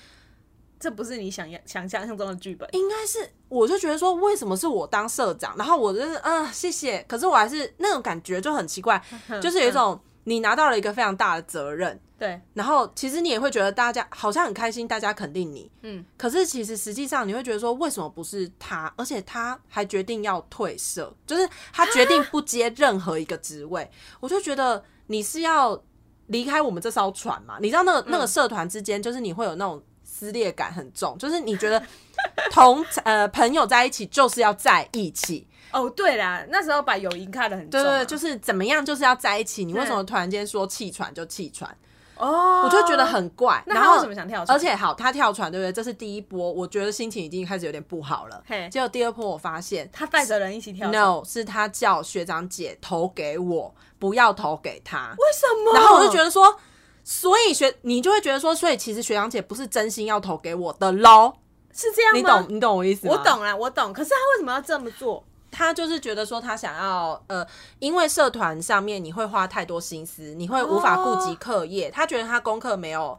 Speaker 1: 这不是你想要想象中的剧本。
Speaker 2: 应该是，我就觉得说，为什么是我当社长？然后我就是，嗯、谢谢。可是我还是那种感觉就很奇怪，
Speaker 1: 嗯
Speaker 2: 就是有一种你拿到了一个非常大的责任，
Speaker 1: 对，
Speaker 2: 然后其实你也会觉得大家好像很开心，大家肯定你，
Speaker 1: 嗯，
Speaker 2: 可是其实实际上你会觉得说，为什么不是他？而且他还决定要退社，就是他决定不接任何一个职位，我就觉得你是要离开我们这艘船嘛？你知道那个那个社团之间，就是你会有那种撕裂感很重，就是你觉得同 呃朋友在一起就是要在一起，
Speaker 1: 哦，对啦，那时候把友谊看得很重
Speaker 2: 对
Speaker 1: 啊、
Speaker 2: 对，对就是怎么样就是要在一起，你为什么
Speaker 1: 嗯
Speaker 2: 突然间说弃船就弃船？
Speaker 1: 哦，
Speaker 2: 我就觉得。很怪。
Speaker 1: 那
Speaker 2: 然
Speaker 1: 他
Speaker 2: 后
Speaker 1: 为什么想跳船？
Speaker 2: 而且好，他跳船，对不对？这是第一波，我觉得心情已经开始有点不好了
Speaker 1: 嘿。
Speaker 2: 结果第二波，我发现
Speaker 1: 他带着人一起跳船
Speaker 2: no 是他叫学长姐投给我，不要投给他。
Speaker 1: 为什么？
Speaker 2: 然后我就觉得说，所以学你就会觉得说，所以其实学长姐不是真心要投给我的喽。
Speaker 1: 是这样吗？
Speaker 2: 你懂你懂我意思吗？
Speaker 1: 我。懂啦，我懂。可是他为什么要这么做？
Speaker 2: 他就是觉得说，他想要呃，因为社团上面你会花太多心思，你
Speaker 1: 哦
Speaker 2: 会无法顾及课业。他觉得他功课没有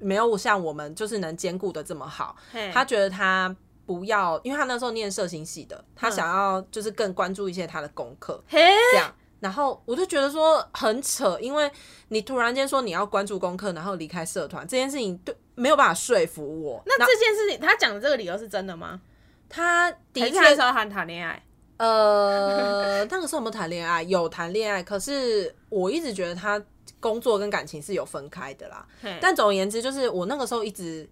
Speaker 2: 没有像我们就是能兼顾的这么好，
Speaker 1: 嘿
Speaker 2: 他觉得他不要，因为他那时候念社行系的，他想要就是更关注一些他的功课
Speaker 1: 嘿，
Speaker 2: 这样。然后我就觉得说很扯，因为你突然间说你要关注功课，然后离开社团这件事情，对没有办法说服我。
Speaker 1: 那这件事情他讲的这个理由是真的吗？
Speaker 2: 他的
Speaker 1: 还是
Speaker 2: 确
Speaker 1: 他那时候喊谈恋爱，
Speaker 2: 呃，那个时候有没有谈恋爱？有谈恋爱，可是我一直觉得他工作跟感情是有分开的啦。
Speaker 1: 但
Speaker 2: 但总而言之，就是我那个时候一直，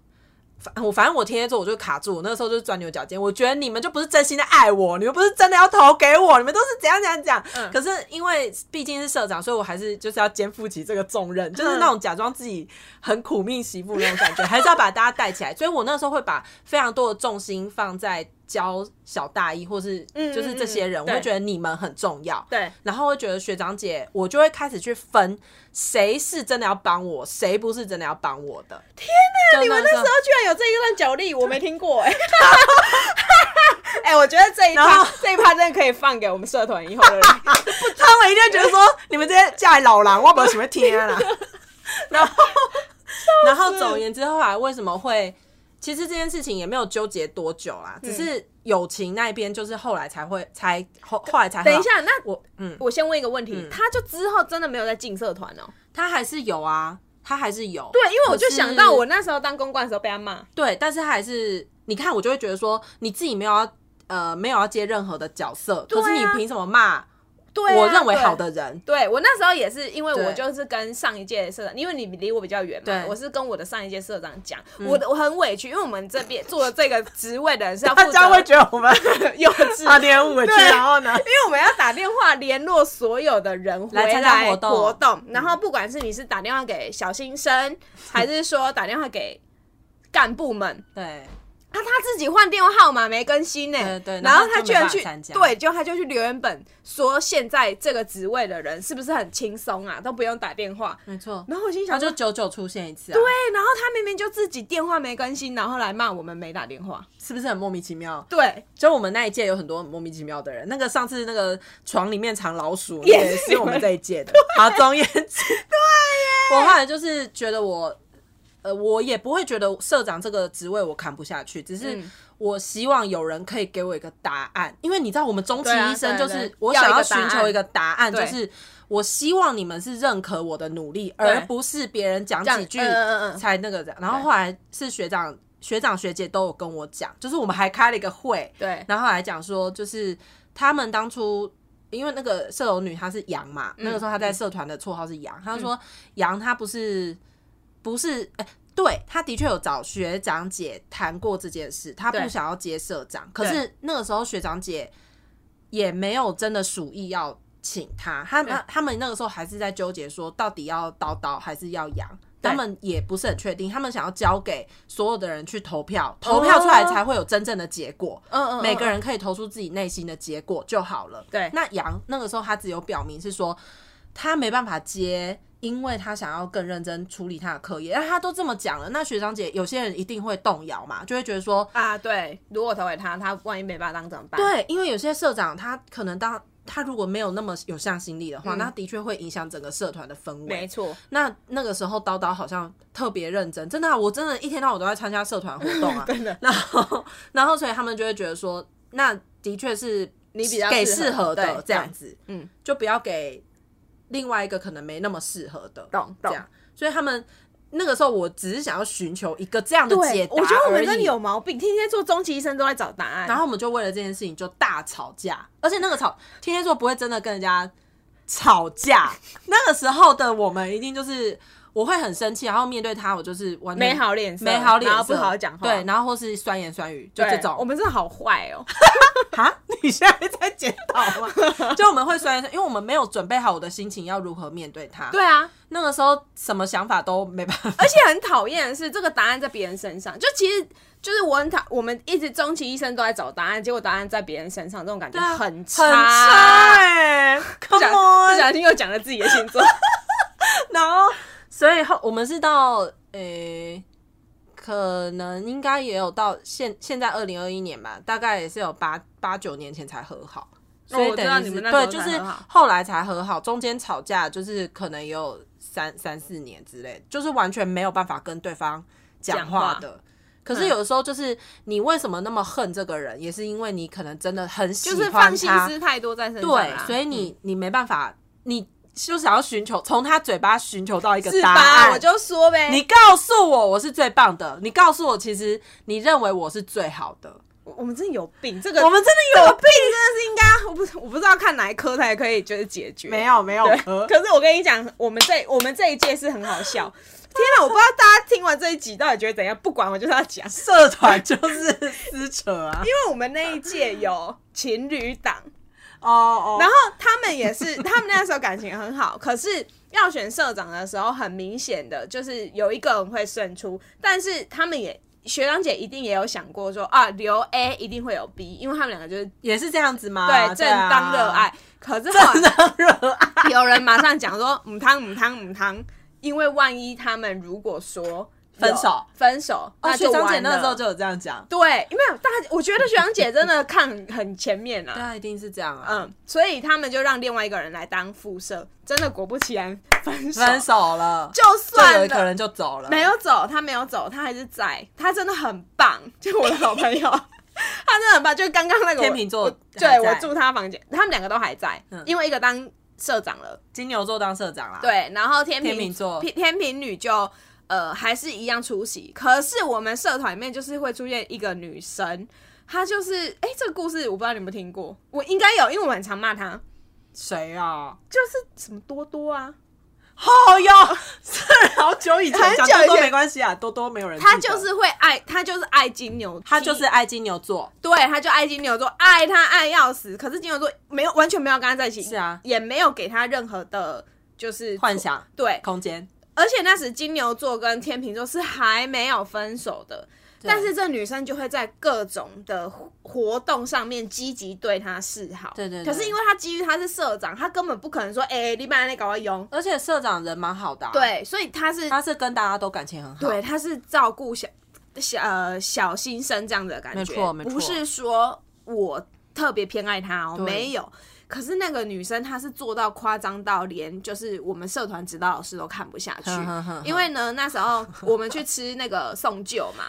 Speaker 2: 反我反正我天蝎座我就卡住，我那个时候就是钻牛角尖。我觉得你们就不是真心的爱我，你们不是真的要投给我，你们都是怎样怎样怎样。
Speaker 1: 嗯
Speaker 2: 可是因为毕竟是社长，所以我还是就是要肩负起这个重任，就是那种
Speaker 1: 嗯
Speaker 2: 假装自己很苦命媳妇那种感觉，还是要把大家带起来。所以我那时候会把非常多的重心放在教小大一，或是
Speaker 1: 嗯
Speaker 2: 就是这些人，
Speaker 1: 嗯嗯
Speaker 2: 我会
Speaker 1: 对
Speaker 2: 觉得你们很重要。
Speaker 1: 对，
Speaker 2: 然后会觉得学长姐，我就会开始去分谁是真的要帮我，谁不是真的要帮我的。天哪，你们那时候，
Speaker 1: 他居然有这一段角力，我没听过哎、 哎、我觉得这一
Speaker 2: 然
Speaker 1: 趴
Speaker 2: 后
Speaker 1: 这一趴真的可以放给我们社团以后的人。
Speaker 2: 他们一定会觉得说，你们这些嫁来老狼，我不什 啊么天啦。然后，然后总而言之，后来为什么会其实这件事情也没有纠结多久啦，
Speaker 1: 嗯
Speaker 2: 只是友情那边就是后来才会才后后来 才
Speaker 1: 等一
Speaker 2: 和好，
Speaker 1: 下，那
Speaker 2: 我嗯，
Speaker 1: 我先问一个问题，他就之后真的没有在进社团哦、
Speaker 2: 他还是有啊，他还是有，
Speaker 1: 对，因为我就
Speaker 2: 可是
Speaker 1: 想到我那时候当公关的时候被他骂，
Speaker 2: 对，但是他还是你看我就会觉得说你自己没有要呃没有要接任何的角色，
Speaker 1: 对啊
Speaker 2: 可是你凭什么骂
Speaker 1: 对啊、
Speaker 2: 我认为好
Speaker 1: 对。
Speaker 2: 的人？
Speaker 1: 对我那时候也是，因为我
Speaker 2: 对
Speaker 1: 就是跟上一届社长，因为你离我比较远嘛
Speaker 2: 对，
Speaker 1: 我是跟我的上一届社长讲，我的我很委屈，因为我们这边做这个职位的人是要负
Speaker 3: 大
Speaker 1: 责
Speaker 3: 家会觉得我 们
Speaker 1: 幼稚，
Speaker 3: 差点委屈，
Speaker 1: 对
Speaker 3: 然后呢？
Speaker 1: 因为我们要打电话联络所有的人回
Speaker 2: 来参加活动
Speaker 1: 活动，然后不管是你是打电话给小新生，还是说打电话给干部们，
Speaker 2: 对，
Speaker 1: 啊，他自己换电话号码没更新呢、
Speaker 2: 对对
Speaker 1: 然后
Speaker 2: 然后
Speaker 1: 他
Speaker 2: 就
Speaker 1: 居然
Speaker 2: 没
Speaker 1: 去
Speaker 2: 办法参加
Speaker 1: 对，就他就去留言本说现在这个职位的人是不是很轻松啊，都不用打电话。
Speaker 2: 没错，
Speaker 1: 然后我心
Speaker 2: 他
Speaker 1: 想
Speaker 2: 就
Speaker 1: 说，
Speaker 2: 久久出现一次、啊，
Speaker 1: 对，然后他明明就自己电话没更新，然后来骂我们没打电话。
Speaker 2: 是不是很莫名其妙？
Speaker 1: 对，
Speaker 2: 就我们那一届有很多很莫名其妙的人，那个上次那个床里面藏老鼠
Speaker 1: 也
Speaker 2: 也
Speaker 1: 是
Speaker 2: 是我们这一届的。好，总而 言之，对我后来就是觉得我，呃，我也不会觉得社长这个职位我扛不下去，只是
Speaker 1: 嗯
Speaker 2: 我希望有人可以给我一个答案，因为你知道我们终其
Speaker 1: 对啊
Speaker 2: 一生
Speaker 1: 对
Speaker 2: 就
Speaker 1: 对
Speaker 2: 是
Speaker 1: 对
Speaker 2: 我
Speaker 1: 要
Speaker 2: 想
Speaker 1: 一
Speaker 2: 要
Speaker 1: 个
Speaker 2: 寻
Speaker 1: 答案
Speaker 2: 求一个答案，
Speaker 1: 对
Speaker 2: 就是我希望你们是认可我的努力，而不是别人讲
Speaker 1: 这样
Speaker 2: 几句
Speaker 1: 嗯嗯嗯
Speaker 2: 才那个这样。然后后来是学长。学长学姐都有跟我讲，就是我们还开了一个会，
Speaker 1: 对，
Speaker 2: 然后来讲说，就是他们当初因为那个社友女她是羊嘛，
Speaker 1: 嗯
Speaker 2: 那个时候她在社团的绰号是羊，她说羊她不是不是哎。对，她的确有找学长姐谈过这件事，她
Speaker 1: 对
Speaker 2: 不想要接社长，可
Speaker 1: 对
Speaker 2: 是那个时候学长姐也没有真的鼠意要请她，他
Speaker 1: 对
Speaker 2: 们他们那个时候还是在纠结说，到底要叨叨还是要羊，
Speaker 1: 对
Speaker 2: 他们也不是很确定，他们想要交给所有的人去投票，
Speaker 1: 哦
Speaker 2: 投票出来才会有真正的结果。
Speaker 1: 嗯嗯，嗯
Speaker 2: 每个人可以投出自己内心的结果就好了。
Speaker 1: 对
Speaker 2: 那杨那个时候他只有表明是说他没办法接，因为他想要更认真处理他的课业。那他都这么讲了，那学长姐有些人一定会动摇嘛，就会觉得说，
Speaker 1: 啊，对，如果投给他，他万一没办法当怎么办？
Speaker 2: 对，因为有些社长他可能当他如果没有那么有向心力的
Speaker 1: 嗯
Speaker 2: 话，那的确会影响整个社团的氛围
Speaker 1: 没。错，
Speaker 2: 那那个时候叨叨好像特别认真，真的啊、我真的一天到晚都在参加社团活 动啊，真的。 然后，然后所以他们就会觉得说，那的确是
Speaker 1: 你比较
Speaker 2: 给
Speaker 1: 适合
Speaker 2: 适合的
Speaker 1: 对
Speaker 2: 这样子，
Speaker 1: 嗯，
Speaker 2: 就不要给另外一个可能没那么适合的，
Speaker 1: 懂
Speaker 2: 这
Speaker 1: 懂。
Speaker 2: 样。所以他们那个时候，我只是想要寻求一个这样的解答
Speaker 1: 我觉得我
Speaker 2: 而
Speaker 1: 们
Speaker 2: 已
Speaker 1: 真的有毛病，天天做终其一生都在找答案。
Speaker 2: 然后我们就为了这件事情就大吵架，而且那个吵，天蝎座不会真的跟人家吵架。那个时候的我们一定就是我会很生气，然后面对他，我就是完全
Speaker 1: 没好脸色
Speaker 2: 没好脸色，
Speaker 1: 然后不好好讲话
Speaker 2: 对，然后或是酸言酸语，就
Speaker 1: 对
Speaker 2: 这
Speaker 1: 我
Speaker 2: 种。
Speaker 1: 们真的好坏哦。
Speaker 2: 哈，
Speaker 3: 你现在在检讨吗？
Speaker 2: 就我们会酸言酸，因为我们没有准备好我的心情要如何面对他。，
Speaker 1: 对啊，
Speaker 2: 那个时候什么想法都没办法。
Speaker 1: 而且很讨厌的是，这个答案在别人身上，就其实就是我很讨，我们一直终其一生都在找答案，结果答案在别人身上，这种感觉
Speaker 2: 对啊
Speaker 1: 很
Speaker 2: 很差欸
Speaker 3: 哎
Speaker 1: 不
Speaker 3: ，Come
Speaker 1: 小不
Speaker 3: on！
Speaker 1: 小心又讲了自己的星座，
Speaker 2: 然后，所以后我们是到诶、可能应该也有到现现在二零二一年吧，大概也是有八八九年前才和好。
Speaker 1: 哦
Speaker 2: 所以
Speaker 1: 我知
Speaker 2: 等
Speaker 1: 道
Speaker 2: 于
Speaker 1: 你
Speaker 2: 是、
Speaker 1: 们那时候
Speaker 2: 对，就
Speaker 1: 才
Speaker 2: 是
Speaker 1: 和好
Speaker 2: 后来才和好，中间吵架就是可能也有三三四年之类，就是完全没有办法跟对方讲话的。可
Speaker 1: 嗯
Speaker 2: 是有的时候就是你为什么那么恨这个人，也是因为你可能真的很喜
Speaker 1: 就
Speaker 2: 欢
Speaker 1: 是
Speaker 2: 他，
Speaker 1: 放心思太多在身上
Speaker 2: 对
Speaker 1: 啦、，
Speaker 2: 所以你、你没办法，你就想要寻求从他嘴巴寻求到一个
Speaker 1: 是
Speaker 2: 答
Speaker 1: 吧？
Speaker 2: 案。
Speaker 1: 我就说呗，
Speaker 2: 你告诉我我是最棒的，你告诉我其实你认为我是最好的，
Speaker 1: 我我们真的有病，这个
Speaker 2: 我们真的有病。
Speaker 1: 真的是应该，我不是我不知道看哪一科才可以就是解决，
Speaker 3: 没有没有
Speaker 1: 对，
Speaker 3: 壳，
Speaker 2: 呃
Speaker 1: 可是我跟你讲，我们这我们这一届是很好笑。天哪，我不知道大家听完这一集到底觉得怎样，不管我就是要讲，因
Speaker 3: 社团就是撕扯啊！
Speaker 1: 为我们那一届有情侣档，
Speaker 3: 哦哦，
Speaker 1: 然后他们也 是，他们那时候感情很好，可是要选社长的时候，很明显的就是有一个人会胜出，但是他们也。学长姐一定也有想过说啊，留 A 一定会有 B，因为他们两个就是
Speaker 2: 也是这样子吗？
Speaker 1: 对正
Speaker 2: 啊
Speaker 1: 当热爱。，可是后来
Speaker 3: 正当热爱，
Speaker 1: 嗯有人马上讲说母汤母汤母汤，因为万一他们如果说
Speaker 2: 分手。
Speaker 1: 分手，
Speaker 2: 哦，
Speaker 1: 那
Speaker 2: 学
Speaker 1: 就
Speaker 2: 长
Speaker 1: 完
Speaker 2: 姐那时候
Speaker 1: 了
Speaker 2: 就有这样讲，
Speaker 1: 对，没有大，我觉得学长姐真的看很前面啊。
Speaker 2: 对啊，一定是这样啊。
Speaker 1: 嗯，所以他们就让另外一个人来当副社，真的果不其然分手，
Speaker 2: 分手了，
Speaker 1: 就
Speaker 2: 就有
Speaker 1: 算
Speaker 2: 一个
Speaker 1: 了，
Speaker 2: 人就走了，
Speaker 1: 没有走，他没有走，他还是在，他真的很棒，就我的好朋 友，他真的很棒，就刚刚那个我
Speaker 2: 天秤座
Speaker 1: 我
Speaker 2: 还
Speaker 1: 对
Speaker 2: 在
Speaker 1: 我住他房间，他们两个都还在，
Speaker 2: 嗯
Speaker 1: 因为一个当社长了，
Speaker 2: 金牛座当社长啦。，啊
Speaker 1: 对，然后天
Speaker 2: 天
Speaker 1: 秤
Speaker 2: 秤座
Speaker 1: 天天秤女就呃还是一样出席，可是我们社团里面就是会出现一个女生，她就是哎、这个故事我不知道你有没有听过，我应该有，因为我很常骂她，
Speaker 2: 谁啊？
Speaker 1: 就是什么多多啊，
Speaker 2: 哦哟，是好久以前
Speaker 1: 很久
Speaker 2: 讲
Speaker 1: 以前
Speaker 2: 多多没关系啊，多多没有人记得。
Speaker 1: 她就是会爱，她就是爱金牛，
Speaker 2: 他就是爱金牛座，
Speaker 1: 对，她就爱金牛座，爱她爱要死，可是金牛座没有完全没有跟她在一起，
Speaker 2: 是啊
Speaker 1: 也没有给她任何的。就是
Speaker 2: 幻想
Speaker 1: 对，
Speaker 2: 空间。
Speaker 1: 而且那时金牛座跟天秤座是还没有分手的，
Speaker 2: 对
Speaker 1: 但是这女生就会在各种的活活动上面积极对他示好。
Speaker 2: 对对
Speaker 1: 可
Speaker 2: 对
Speaker 1: 是因为他基于他是社长，他根本不可能说，哎、你把那搞到用。
Speaker 2: 而且社长人蛮好的、啊，，
Speaker 1: 对，所以他是
Speaker 2: 他是跟大家都感情很好，
Speaker 1: 对，他是照顾小小呃小新生这样的感觉，
Speaker 2: 没错没错
Speaker 1: 不是说我特别偏爱他哦，
Speaker 2: 对
Speaker 1: 没有。可是那个女生她是做到夸张到连就是我们社团指导老师都看不下去
Speaker 2: 哼哼哼，哼
Speaker 1: 因为呢那时候我们去吃那个送酒 嘛，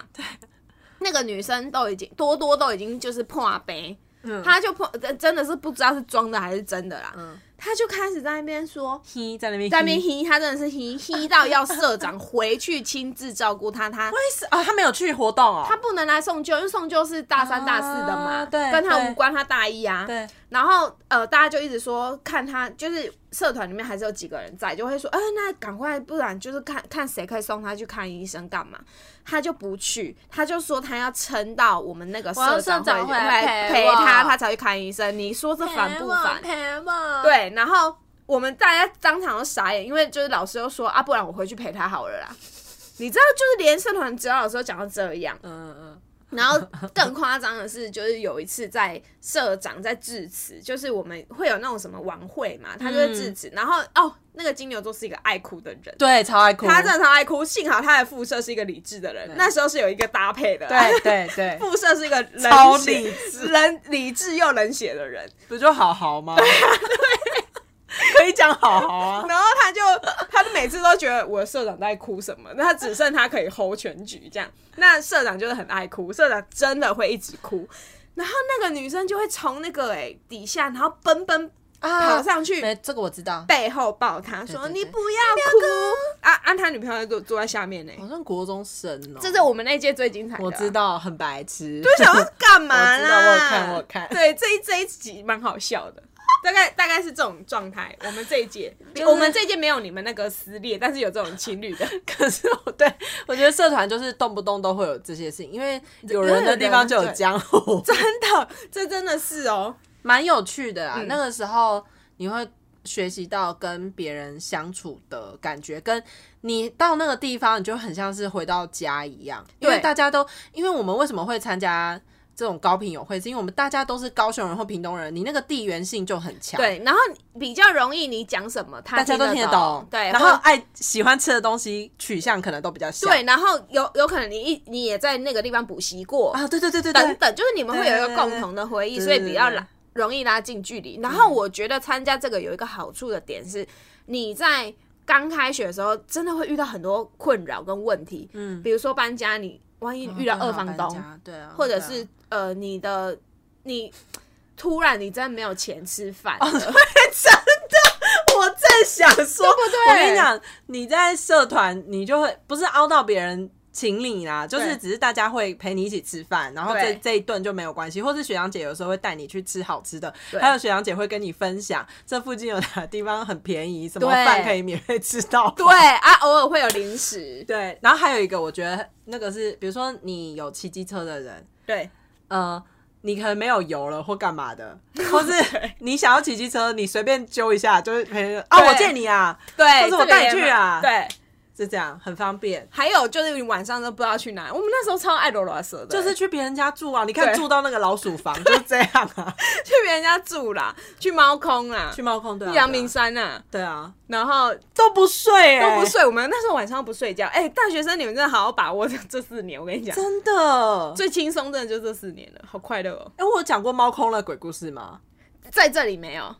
Speaker 1: 那个女生都已经多多都已经就是破啊杯，
Speaker 2: 嗯
Speaker 1: 她就破真真的是不知道是装的还是真的啦，她就开始在那边说，
Speaker 2: 嘿，在那边
Speaker 1: 在那边
Speaker 2: 嘿
Speaker 1: 嘿，他真的是嘿嘿到要社 长回去亲自照顾他，他
Speaker 2: 为什啊？他没有去活动哦，
Speaker 1: 他不能来送旧，因为送旧是大三大四的嘛，
Speaker 2: 啊对
Speaker 1: 跟他
Speaker 2: 对
Speaker 1: 无关，他大一啊。
Speaker 2: 对
Speaker 1: 然后呃，大家就一直说看他，就是社团里面还是有几个人在，就会说，哎、那赶快，不然就是看看谁可以送他去看医生干嘛？他就不去，他就说他要撑到我们那个
Speaker 2: 我要
Speaker 1: 社
Speaker 2: 社长
Speaker 1: 会
Speaker 2: 回来
Speaker 1: 来
Speaker 2: 陪我
Speaker 1: 他，他才去看医生。你说这烦不烦？
Speaker 2: 陪我，
Speaker 1: 对，然后我们大家当场都傻眼，因为就是老师又说啊，不然我回去陪他好了啦。你知道，就是连社团指导老师都讲到这样，
Speaker 2: 嗯嗯
Speaker 1: 然后更夸张的是，就是有一次在社长在致辞，就是我们会有那种什么晚会嘛，他就会
Speaker 2: 嗯
Speaker 1: 致辞，然后哦，那个金牛座是一个爱哭的人。
Speaker 2: 对，超爱哭，
Speaker 1: 他真的超爱哭，幸好他的副社是一个理智的人
Speaker 2: 嗯对。
Speaker 1: 那时候是有一个搭配的，
Speaker 2: 对，对对，
Speaker 1: 副社是一个冷
Speaker 2: 超
Speaker 1: 血
Speaker 2: 理
Speaker 1: 智、人理智又冷血的人。
Speaker 2: 不就好好吗？可以讲好 好啊，
Speaker 1: 然后他就他就每次都觉得我的社长在哭什么，那他只剩他可以 hold 全局这样。那社长就是很爱哭，社长真的会一直哭。然后那个女生就会从那个哎、底下，然后奔奔跑上去，
Speaker 2: 啊没这个我知道，
Speaker 1: 背后抱他说：“
Speaker 2: 对对
Speaker 1: 你不要哭！”啊啊！他女朋友就坐在下面呢、
Speaker 2: 好像国中生哦，
Speaker 1: 这是我们那一届最精彩的啊、
Speaker 2: 我知道很白痴，
Speaker 1: 就想要干嘛
Speaker 2: 我知道我有
Speaker 1: 啦？
Speaker 2: 看我有看
Speaker 1: 对，这一这一集蛮好笑的，大概大概是这种状态。我们这一 届，
Speaker 2: 就是
Speaker 1: 我们这一届没有你们那个撕裂，但是有这种情侣的。
Speaker 2: 可是我对我觉得社团就是动不动都会有这些事情，因为有人的地方就有江 湖，
Speaker 1: 真的，这真的是哦，
Speaker 2: 蛮有趣的啊。那个时候你会学习到跟别人相处的感觉，跟你到那个地方，你就很像是回到家一样，因为
Speaker 1: 对
Speaker 2: 大家都因为我们为什么会参加？这种高频友会是因为我们大家都是高雄人或屏东人，你那个地缘性就很强，，
Speaker 1: 对，然后比较容易你讲什么，他
Speaker 2: 大家都听
Speaker 1: 听
Speaker 2: 得
Speaker 1: 懂啊
Speaker 2: 懂，，
Speaker 1: 对，
Speaker 2: 然后
Speaker 1: 或
Speaker 2: 爱喜欢吃的东西取向可能都比较像，
Speaker 1: 对，然后有有可能你一你也在那个地方补习过，
Speaker 2: 啊，对对对对对
Speaker 1: 等，等，就是你们会有一
Speaker 2: 对
Speaker 1: 个
Speaker 2: 对对
Speaker 1: 共同的回忆，
Speaker 2: 对
Speaker 1: 所以
Speaker 2: 对
Speaker 1: 比较
Speaker 2: 对嗯
Speaker 1: 拉容易拉近距离。然后我觉得参加这个有一个好处的点是，你在刚开学的时候真的会遇到很多困扰跟问题，嗯，比如说搬家，你万一
Speaker 2: 嗯
Speaker 1: 遇到二房东，，
Speaker 2: 对啊，
Speaker 1: 或者是呃你的你突然你真的没有钱吃饭
Speaker 2: 哦
Speaker 1: 了，
Speaker 2: 我正 想说，
Speaker 1: 对
Speaker 2: 我跟你讲，你在社团你就会不是凹到别人。请你啦，就是
Speaker 1: 对
Speaker 2: 只是大家会陪你一起吃饭，然后这
Speaker 1: 对
Speaker 2: 这一顿就没有关系，或是学长姐有时候会带你去吃好吃的，
Speaker 1: 对
Speaker 2: 还有学长姐会跟你分享这附近有哪地方很便宜，什么
Speaker 1: 对
Speaker 2: 饭可以免费吃到。
Speaker 1: 对啊，偶尔会有零食，
Speaker 2: 对，然后还有一个我觉得那个是，比如说你有骑机车的人，
Speaker 1: 对
Speaker 2: 呃，你可能没有油了或干嘛的，或是你想要骑机车，你随便揪一下，就是陪人啊，
Speaker 1: 对
Speaker 2: 我借你啊，
Speaker 1: 对，
Speaker 2: 或者我
Speaker 1: 这个也
Speaker 2: 带你去
Speaker 1: 蛮
Speaker 2: 啊
Speaker 1: 对。
Speaker 2: 就这样，很方便。
Speaker 1: 还有就是你晚上都不知道去哪，我们那时候超爱罗罗蛇的，
Speaker 2: 就是去别人家住啊，你看
Speaker 1: 对
Speaker 2: 住到那个老鼠房就是这样啊，
Speaker 1: 去别人家住啦，去猫空啦，
Speaker 2: 去猫空对啊，
Speaker 1: 去
Speaker 2: 对啊
Speaker 1: 阳明山啦，
Speaker 2: 对啊，
Speaker 1: 然后
Speaker 3: 都不睡、欸，
Speaker 1: 都不，睡。我们那时候晚上都不睡觉。哎、大学生你们真的好好把握这这四年，我跟你讲，
Speaker 2: 真的。
Speaker 1: 最轻松真的就这四年了，好快乐哦。
Speaker 2: 哎、我有讲过猫空的鬼故事吗？
Speaker 1: 在这里没有，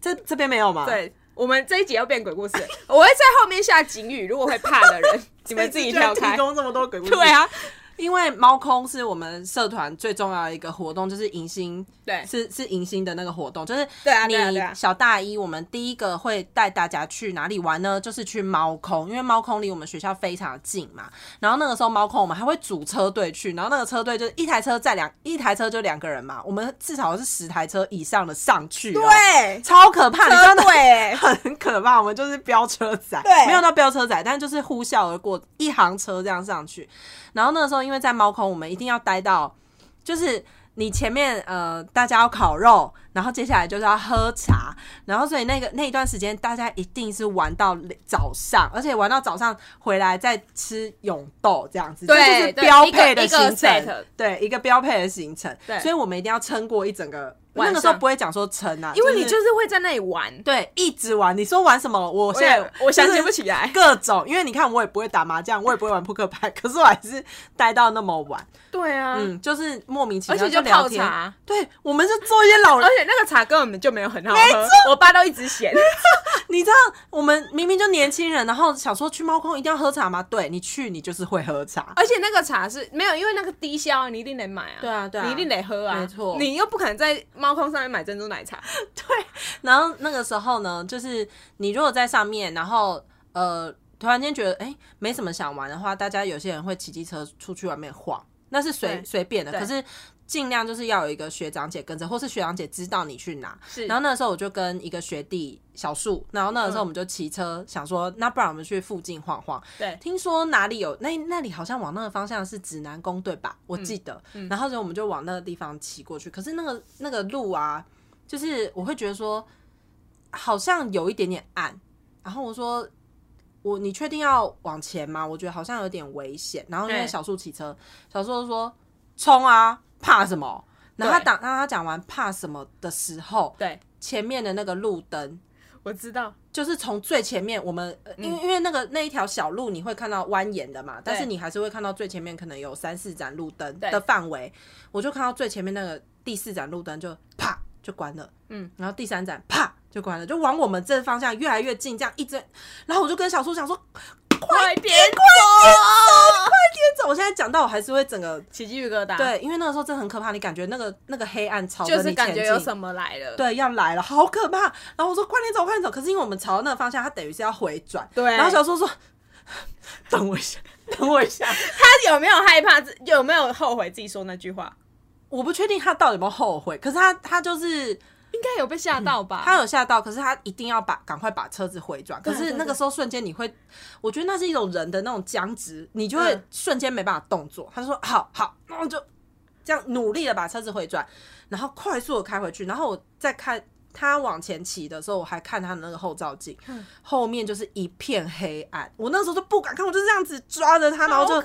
Speaker 2: 这这边没有吗？，
Speaker 1: 对我们这一集要变鬼故事， 我会在后面下警语，如果会怕的 人，你们自己跳
Speaker 2: 提
Speaker 1: 开。
Speaker 2: 供这么多鬼故事。
Speaker 1: 对，啊，
Speaker 2: 因为猫空是我们社团最重要的一个活动，就是迎新，
Speaker 1: 对
Speaker 2: 是是迎新的那个活动，就是
Speaker 1: 对啊对啊对
Speaker 2: 你
Speaker 1: 啊
Speaker 2: 小大一，我们第一个会带大家去哪里玩呢？就是去猫空，因为猫空离我们学校非常近嘛。然后那个时候猫空我们还会组车队去，然后那个车队就是一台车载两，一台车就两个人嘛，我们至少是十台车以上的上去、哦，
Speaker 1: 对，
Speaker 2: 超可怕，你知道
Speaker 1: 车
Speaker 2: 那
Speaker 1: 队、哎
Speaker 2: 很可怕，我们就是飙车仔，
Speaker 1: 对
Speaker 2: 没有到飙车仔，但就是呼啸而过，一行车这样上去。然后那个时候，因为在猫空，我们一定要待到，就是你前面呃，大家要烤肉，然后接下来就是要喝茶，然后所以那个那一段时间，大家一定是玩到早上，而且玩到早上回来再吃永豆这样子，
Speaker 1: 对
Speaker 2: 这就是
Speaker 1: 对
Speaker 2: 标
Speaker 1: 一个
Speaker 2: 配的
Speaker 1: 一个
Speaker 2: 行程
Speaker 1: set，
Speaker 2: 对，一个标配的行程，
Speaker 1: 对
Speaker 2: 所以我们一定要撑过一整个。
Speaker 1: 晚
Speaker 2: 那
Speaker 1: 上
Speaker 2: 个时候不会讲说撑啊，
Speaker 1: 因为你
Speaker 2: 是
Speaker 1: 就是会在那里玩。
Speaker 2: 对，一直玩。你说玩什么？我现在
Speaker 1: 我也我想
Speaker 2: 就是
Speaker 1: 起不起来
Speaker 2: 各种，因为你看我也不会打麻将，我也不会玩扑克牌， 可是我还是待到那么晚。
Speaker 1: 对啊，
Speaker 2: 嗯，就是莫名其
Speaker 1: 而
Speaker 2: 妙
Speaker 1: 且就
Speaker 2: 聊
Speaker 1: 泡
Speaker 2: 天。
Speaker 1: 茶。啊
Speaker 2: 对，我们是做一些老人
Speaker 1: 而，且那个茶根本就没有很好
Speaker 2: 没
Speaker 1: 喝，我爸都一直嫌。
Speaker 2: 你知道，我们明明就年轻人，然后想说去猫空一定要喝茶吗？对你去，你就是会喝茶。
Speaker 1: 而且那个茶是没有，因为那个低消啊，你一定得买啊。
Speaker 2: 对啊对啊
Speaker 1: 你一定得喝啊。
Speaker 2: 没错
Speaker 1: 你又不可能在猫空上面买珍珠奶茶。
Speaker 2: 然后那个时候呢，就是你如果在上面，然后呃，突然间觉得哎、诶没什么想玩的话，大家有些人会骑机车出去外面晃，那是随
Speaker 1: 对
Speaker 2: 随便的，
Speaker 1: 对
Speaker 2: 可是尽量就是要有一个学长姐跟着，或是学长姐知道你去哪。
Speaker 1: 是嗯
Speaker 2: 然后那个时候我就跟一个学弟小树，然后那个时候我们就骑车、想说，那不然我们去附近晃晃。
Speaker 1: 对，
Speaker 2: 听说哪里有那那里好像往那个方向是指南宫对吧？
Speaker 1: 嗯
Speaker 2: 我记得，然后所以我们就往那个地方骑过去。可是那个那个路啊，就是我会觉得说好像有一点点暗。然后我说我你确定要往前吗？我觉得好像有点危险。然后因为
Speaker 1: 对
Speaker 2: 小树骑车，小树就说冲啊，怕什么？然后他
Speaker 1: 对
Speaker 2: 讲，当他讲完怕什么的时候，
Speaker 1: 对，
Speaker 2: 前面的那个路灯
Speaker 1: 我知道。
Speaker 2: 就是从最前面，我们
Speaker 1: 嗯
Speaker 2: 呃因为、因为那个那一条小路你会看到蜿蜒的嘛，但是你还是会看到最前面可能有三四盏路灯
Speaker 1: 对
Speaker 2: 的范围，我就看到最前面那个第四盏路灯就啪就关了，嗯，然后第三盏啪就关了，就往我们这方向越来越近，这样一直，然后我就跟小叔讲说，
Speaker 1: 快点啊
Speaker 2: 快点走，我现在讲到我还是会整个
Speaker 1: 走！起鸡皮疙瘩。，
Speaker 2: 对，因为那个时候真的很可怕，你感觉那个那个黑暗朝着
Speaker 1: 啊就
Speaker 2: 你
Speaker 1: 是
Speaker 2: 前
Speaker 1: 感
Speaker 2: 进，
Speaker 1: 觉有什么来了。
Speaker 2: 对，要来了，好可怕！然后我说快点走，快点走。可是因为我们朝那个方向，它等于是要回转。
Speaker 1: 对
Speaker 2: 然后小叔说：“等我一下，等我一下。
Speaker 1: 他有没有害怕？有没有后悔自己说那句话？”
Speaker 2: 我不确定他到底有没有后悔，可是他他就
Speaker 1: 应
Speaker 2: 是
Speaker 1: 嗯该有被吓到吧？
Speaker 2: 他有吓到，可是他一定要把赶快把车子回转。可
Speaker 1: 对
Speaker 2: 是
Speaker 1: 对
Speaker 2: 那个
Speaker 1: 对
Speaker 2: 时候瞬间你会，我觉得那是一种人的那种僵直，你就会
Speaker 1: 嗯
Speaker 2: 瞬间没办法动作。他就说：“好好，然后就这样努力的把车子回转，然后快速的开回去。”然后我再看他往前骑的时候，我还看他的那个后照镜。
Speaker 1: 嗯
Speaker 2: 后面就是一片黑暗。我那时候就不敢看，我就这样子抓着
Speaker 1: 哦
Speaker 2: 它，然后就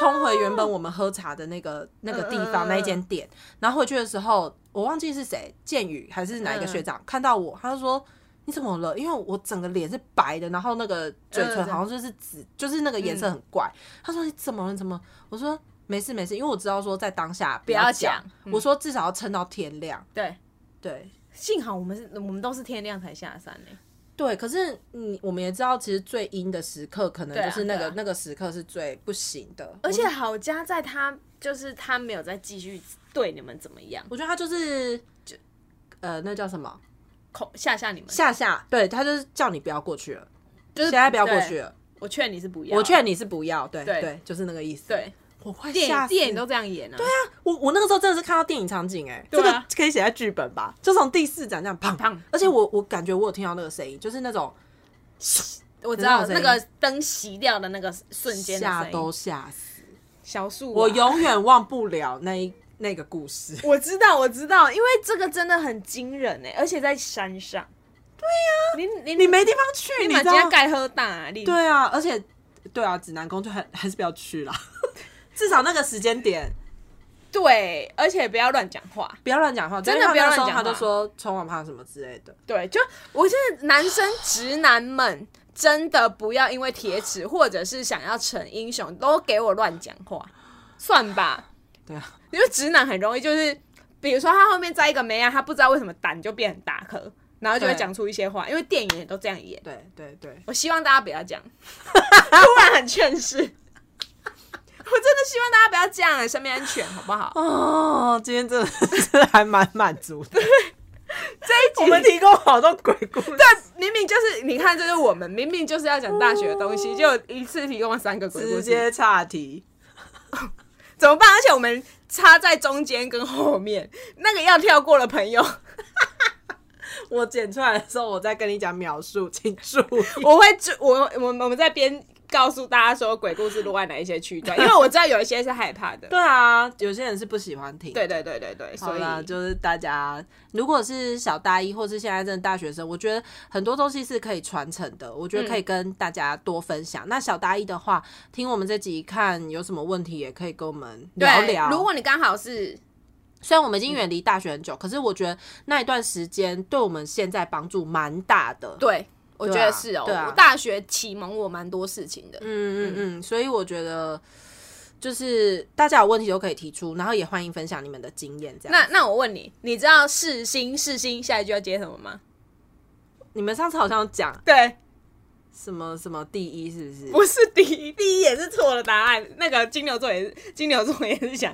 Speaker 2: 冲回原本我们喝茶的那个那个地
Speaker 1: 嗯嗯
Speaker 2: 方
Speaker 1: 嗯
Speaker 2: 那一间店。然后回去的时候，我忘记是谁，建宇还是哪一个学长看到我，他就说。你怎么了？因为我整个脸是白的，然后那个嘴唇
Speaker 1: 嗯
Speaker 2: 好像就是紫，就是那个颜色很怪。他说你怎么了？你怎么了？我说没事没事，因为我知道说在当下不
Speaker 1: 不
Speaker 2: 要
Speaker 1: 要
Speaker 2: 讲
Speaker 1: 讲，嗯
Speaker 2: 我说至少要撑到天亮。
Speaker 1: 对，
Speaker 2: 对，
Speaker 1: 幸好我们是，我们都是天亮才下山呢、
Speaker 2: 对，可是你我们也知道，其实最阴的时刻，可能
Speaker 1: 对啊
Speaker 2: 就是那个、
Speaker 1: 对啊
Speaker 2: 那个时刻是最不行的。
Speaker 1: 而且
Speaker 2: 我
Speaker 1: 好家在他就是他没有再继续对你们怎么样，
Speaker 2: 我觉得他就是呃，那叫什么
Speaker 1: 恐吓吓你们。
Speaker 2: 夏夏，对他就是叫你不要过去了，
Speaker 1: 就是
Speaker 2: 现在不要过
Speaker 1: 对
Speaker 2: 去了。
Speaker 1: 我劝你是不要。
Speaker 2: 我劝你是不要，对
Speaker 1: 对
Speaker 2: 就是那个意思。
Speaker 1: 对，
Speaker 2: 我快
Speaker 1: 电影
Speaker 2: 吓死
Speaker 1: 电影都这样演啊。对啊，
Speaker 2: 我我那个时候真的是看到电影场景、欸，哎、
Speaker 1: 对
Speaker 2: 这
Speaker 1: 啊
Speaker 2: 个可以写在剧本吧？就从第四展这样砰
Speaker 1: 砰
Speaker 2: 而且我我感觉我有听到那个声音，就是那种
Speaker 1: 我知
Speaker 2: 有
Speaker 1: 道
Speaker 2: 那种声
Speaker 1: 那
Speaker 2: 音
Speaker 1: 个灯熄掉的那个瞬间的
Speaker 2: 吓
Speaker 1: 声
Speaker 2: 都
Speaker 1: 音。
Speaker 2: 吓死，
Speaker 1: 小树啊，
Speaker 2: 我永远忘不了那一那个故事。
Speaker 1: 我知道，我知道，因为这个真的很惊人哎、而且在山上。对呀、你你
Speaker 2: 啊你没地方去，
Speaker 1: 你
Speaker 2: 你
Speaker 1: 把
Speaker 2: 知
Speaker 1: 家
Speaker 2: 道？
Speaker 1: 盖喝大、啊，你
Speaker 2: 对啊，而且对啊，指南宫就很还是不要去啦， 至少那个时间点
Speaker 1: 对，而且不要乱讲话。
Speaker 2: 不要乱讲话，
Speaker 1: 真的
Speaker 2: 因为他
Speaker 1: 不要
Speaker 2: 那时候
Speaker 1: 乱讲话
Speaker 2: 他就说冲网胖什么之类的，
Speaker 1: 对，就我觉得男 生直男们真的不要因为铁齿或者是想要逞英雄，都给我乱讲话，算吧。
Speaker 2: 对啊，
Speaker 1: 因为直男很容易就是，比如说他后面再一个梅啊，他不知道为什么胆就变很大颗，然后就会
Speaker 2: 对
Speaker 1: 讲出一些话，因为电影也都这样演。
Speaker 2: 对对对，
Speaker 1: 我希望大家不要这样， 突然很劝世。 我真的希望大家不要这样、欸，生命安全好不好？
Speaker 3: 哦，今天真的是还蛮满足的，
Speaker 1: 这
Speaker 3: 我
Speaker 1: 一集
Speaker 3: 们提供好多鬼故 事，
Speaker 1: 对，明明就是你看，这就是我们明明就是要讲大学的东西，就一次提供了三个鬼故
Speaker 3: 直
Speaker 1: 事，
Speaker 3: 接岔题。
Speaker 1: 怎么办？而且我们插在中间跟后面，那个要跳过的朋 友，
Speaker 3: 我剪出来的时候，我再跟你讲描述，请注意。
Speaker 1: 我会注我我我们在边告诉大家说鬼故事录在哪一些区 段，因为我知道有一些是害怕的。
Speaker 2: 对啊，有些人是不喜欢听，
Speaker 1: 对对对对对，
Speaker 2: 好
Speaker 1: 所以
Speaker 2: 啦，就是大家如果是小大一或是现在正大学生，我觉得很多东西是可以传承的，我觉得可以跟大家多分享。那小大一的话，听我们这集看有什么问题，也可以跟我们聊
Speaker 1: 对
Speaker 2: 聊。
Speaker 1: 如果你刚好是
Speaker 2: 虽然我们已经远离大学很久，可是我觉得那一段时间对我们现在帮助蛮大的。
Speaker 1: 对，我觉
Speaker 2: 对啊
Speaker 1: 得是哦、
Speaker 2: 对啊
Speaker 1: 我大学启蒙我蛮多事情的。
Speaker 2: 嗯嗯嗯，所以我觉得就是大家有问题都可以提出，然后也欢迎分享你们的经验。这样，
Speaker 1: 那那我问你，你知道世新世新下一句要接什么吗？
Speaker 2: 你们上次好像有讲
Speaker 1: 对，
Speaker 2: 什么什么第一，是不是？
Speaker 1: 不是第一，第一也是错的答案。那个金牛座也是，金牛座也是想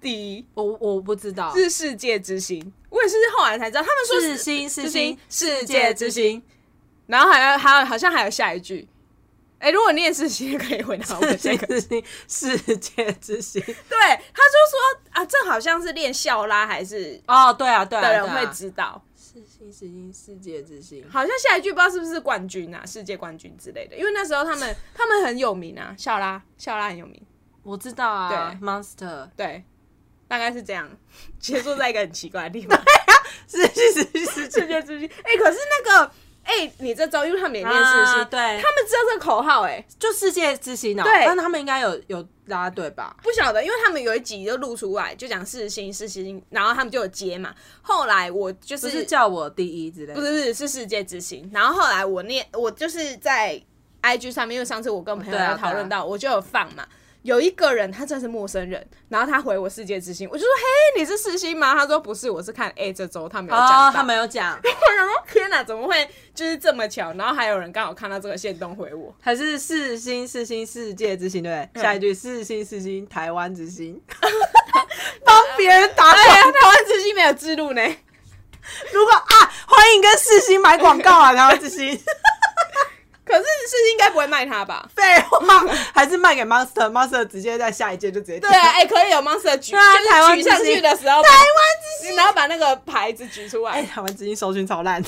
Speaker 1: 第一
Speaker 2: 我我不知道，
Speaker 1: 是世界之星。我也是后来才知道，他们说
Speaker 2: 世
Speaker 1: 是
Speaker 2: 新世新
Speaker 1: 世界
Speaker 2: 界
Speaker 1: 之
Speaker 2: 之
Speaker 1: 星，然后还有还有好像还有下一句。哎、如果念世新也可以回答我这 个。
Speaker 2: 之星，世界之星。
Speaker 1: 对，他就说啊，这好像是练校拉还是
Speaker 2: 哦，对啊，对啊，
Speaker 1: 的
Speaker 2: 对
Speaker 1: 人
Speaker 2: 啊
Speaker 1: 会知道。
Speaker 2: 世新世新世界之星。
Speaker 1: 好像下一句不知道是不是冠军啊，世界冠军之类的，因为那时候他 们他们很有名啊，校拉校拉很有名，
Speaker 2: 我知道啊
Speaker 1: 对
Speaker 2: ，Monster
Speaker 1: 对，大概是这样，结束在一个很奇怪的地方，
Speaker 2: 世新世新 世
Speaker 1: 世界之星，哎、可是那个哎、你这周因为他们也念世新、
Speaker 2: 啊对
Speaker 1: 他们知道这个口号哎、
Speaker 2: 就世界之星啊。
Speaker 1: 对
Speaker 2: 但他们应该有有拉队吧？
Speaker 1: 不晓得，因为他们有一集就录出来，就讲世新世新，然后他们就有接嘛。后来我就是
Speaker 2: 不是叫我第一之类
Speaker 1: 不
Speaker 2: 的。哦
Speaker 1: 是不是是世界之星。然后后来我念我就是在 IG 上面，因为上次我跟朋友
Speaker 2: 对啊
Speaker 1: 有讨论到，我就有放嘛。有一个人他真的是陌生人，然后他回我世界之星，我就说嘿你是世星吗？他说不是，我是看 A 这周他没有讲到。
Speaker 2: 哦，他没有讲，
Speaker 1: 我想说天哪，怎么会就是这么巧？然后还有人刚好看到这个线动回我，
Speaker 3: 还是世新世新世界之星，对不
Speaker 1: 嗯
Speaker 3: 对？下一句世新世新台湾之 星，帮别人打
Speaker 1: 哎呀
Speaker 3: 广。
Speaker 1: 台湾之星没有记录呢。
Speaker 3: 如果啊，欢迎跟世新买广告啊，台湾之星。
Speaker 1: 可是世星应该不会卖他吧？
Speaker 3: 废话，还是卖给 Monster，Monster 直接在下一届就直接
Speaker 1: 对 啊，哎、可以有 monster 举，
Speaker 3: 对啊
Speaker 1: 就是
Speaker 3: 台湾
Speaker 1: 举
Speaker 3: 之
Speaker 1: 上
Speaker 3: 星
Speaker 1: 去的时候，台湾之星，然后把那个牌子举出来。
Speaker 3: 哎，台湾之星搜寻超 烂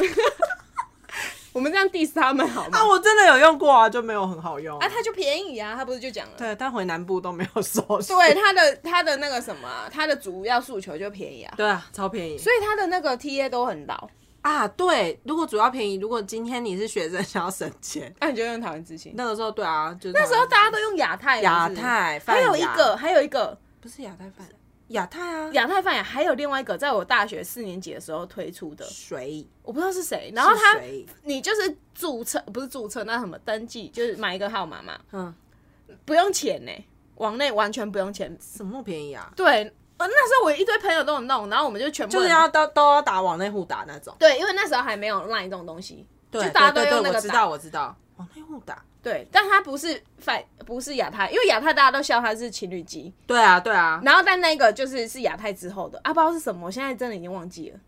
Speaker 1: 我们这样 diss 他们好吗？
Speaker 3: 啊！我真的有用过啊，就没有很好用
Speaker 1: 啊，它就便宜啊，他不是就讲了？
Speaker 3: 对，但回南部都没有搜寻。。
Speaker 1: 对，他的他的那个什么啊、他的主要诉求就便宜啊，
Speaker 2: 对啊，超便宜
Speaker 1: 所以他的那个 TA 都很老。
Speaker 2: 啊！对，如果主要便宜，如果今天你是学生想要省钱，
Speaker 1: 那、你觉得很讨厌之星？
Speaker 2: 那个时候对啊，就
Speaker 1: 那时候大家都用亚太嘛，
Speaker 2: 亚
Speaker 1: 是不是
Speaker 2: 太泛
Speaker 1: 还
Speaker 2: 亚
Speaker 1: 有一个，还有一个
Speaker 2: 不是亚太饭，亚太啊，
Speaker 1: 亚太饭呀，还有另外一个，在我大学四年级的时候推出的，
Speaker 2: 水，
Speaker 1: 我不知道是谁。然后他，
Speaker 2: 水
Speaker 1: 你就是注册，不是注册，那什么登记，就是买一个号码嘛，
Speaker 2: 嗯，
Speaker 1: 不用钱呢、往内完全不用钱。
Speaker 2: 什么那么便宜啊？
Speaker 1: 对，呃，那时候我一堆朋友都有弄，然后我们就全部
Speaker 2: 就是
Speaker 1: 人
Speaker 2: 要都都要打往内互打那种，
Speaker 1: 对，因为那时候还没有 LINE 这种东西，
Speaker 2: 对
Speaker 1: 就大家都
Speaker 2: 对对
Speaker 1: 用
Speaker 2: 对
Speaker 1: 那
Speaker 2: 我
Speaker 1: 个
Speaker 2: 知
Speaker 1: 打。
Speaker 2: 道我知道，往内互打，
Speaker 1: 对，但它不是反，不是亚太，因为亚太大家都笑它是情侣机，
Speaker 2: 对啊对啊，
Speaker 1: 然后但那个就是是亚太之后的，啊，不知道是什么，我现在真的已经忘记了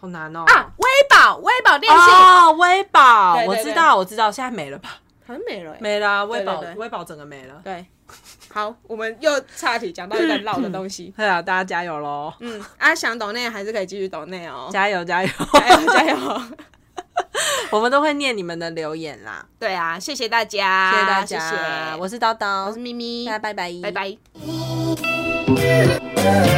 Speaker 2: 好难哦
Speaker 1: 啊。微宝，微宝电信、
Speaker 2: 哦，微宝
Speaker 1: 对，对
Speaker 2: 我
Speaker 1: 对
Speaker 2: 知道我知道，现在没了吧？
Speaker 1: 好像没了、欸，
Speaker 2: 没了，微
Speaker 1: 对
Speaker 2: 宝
Speaker 1: 对
Speaker 2: 微宝整个没了。
Speaker 1: 对，好，我们又岔题讲到一个老的东西
Speaker 3: 对啊，大家加油喽！
Speaker 1: 嗯，啊，想抖内还是可以继续抖内哦，
Speaker 3: 加油加油！
Speaker 1: 加油加油！
Speaker 2: 我们都会念你们的留言啦，
Speaker 1: 对啊，谢谢大家，
Speaker 2: 谢谢大家，
Speaker 1: 谢谢
Speaker 2: 我是叨叨，
Speaker 1: 我是咪咪，
Speaker 2: 大家拜拜，
Speaker 1: 拜拜。
Speaker 4: Thank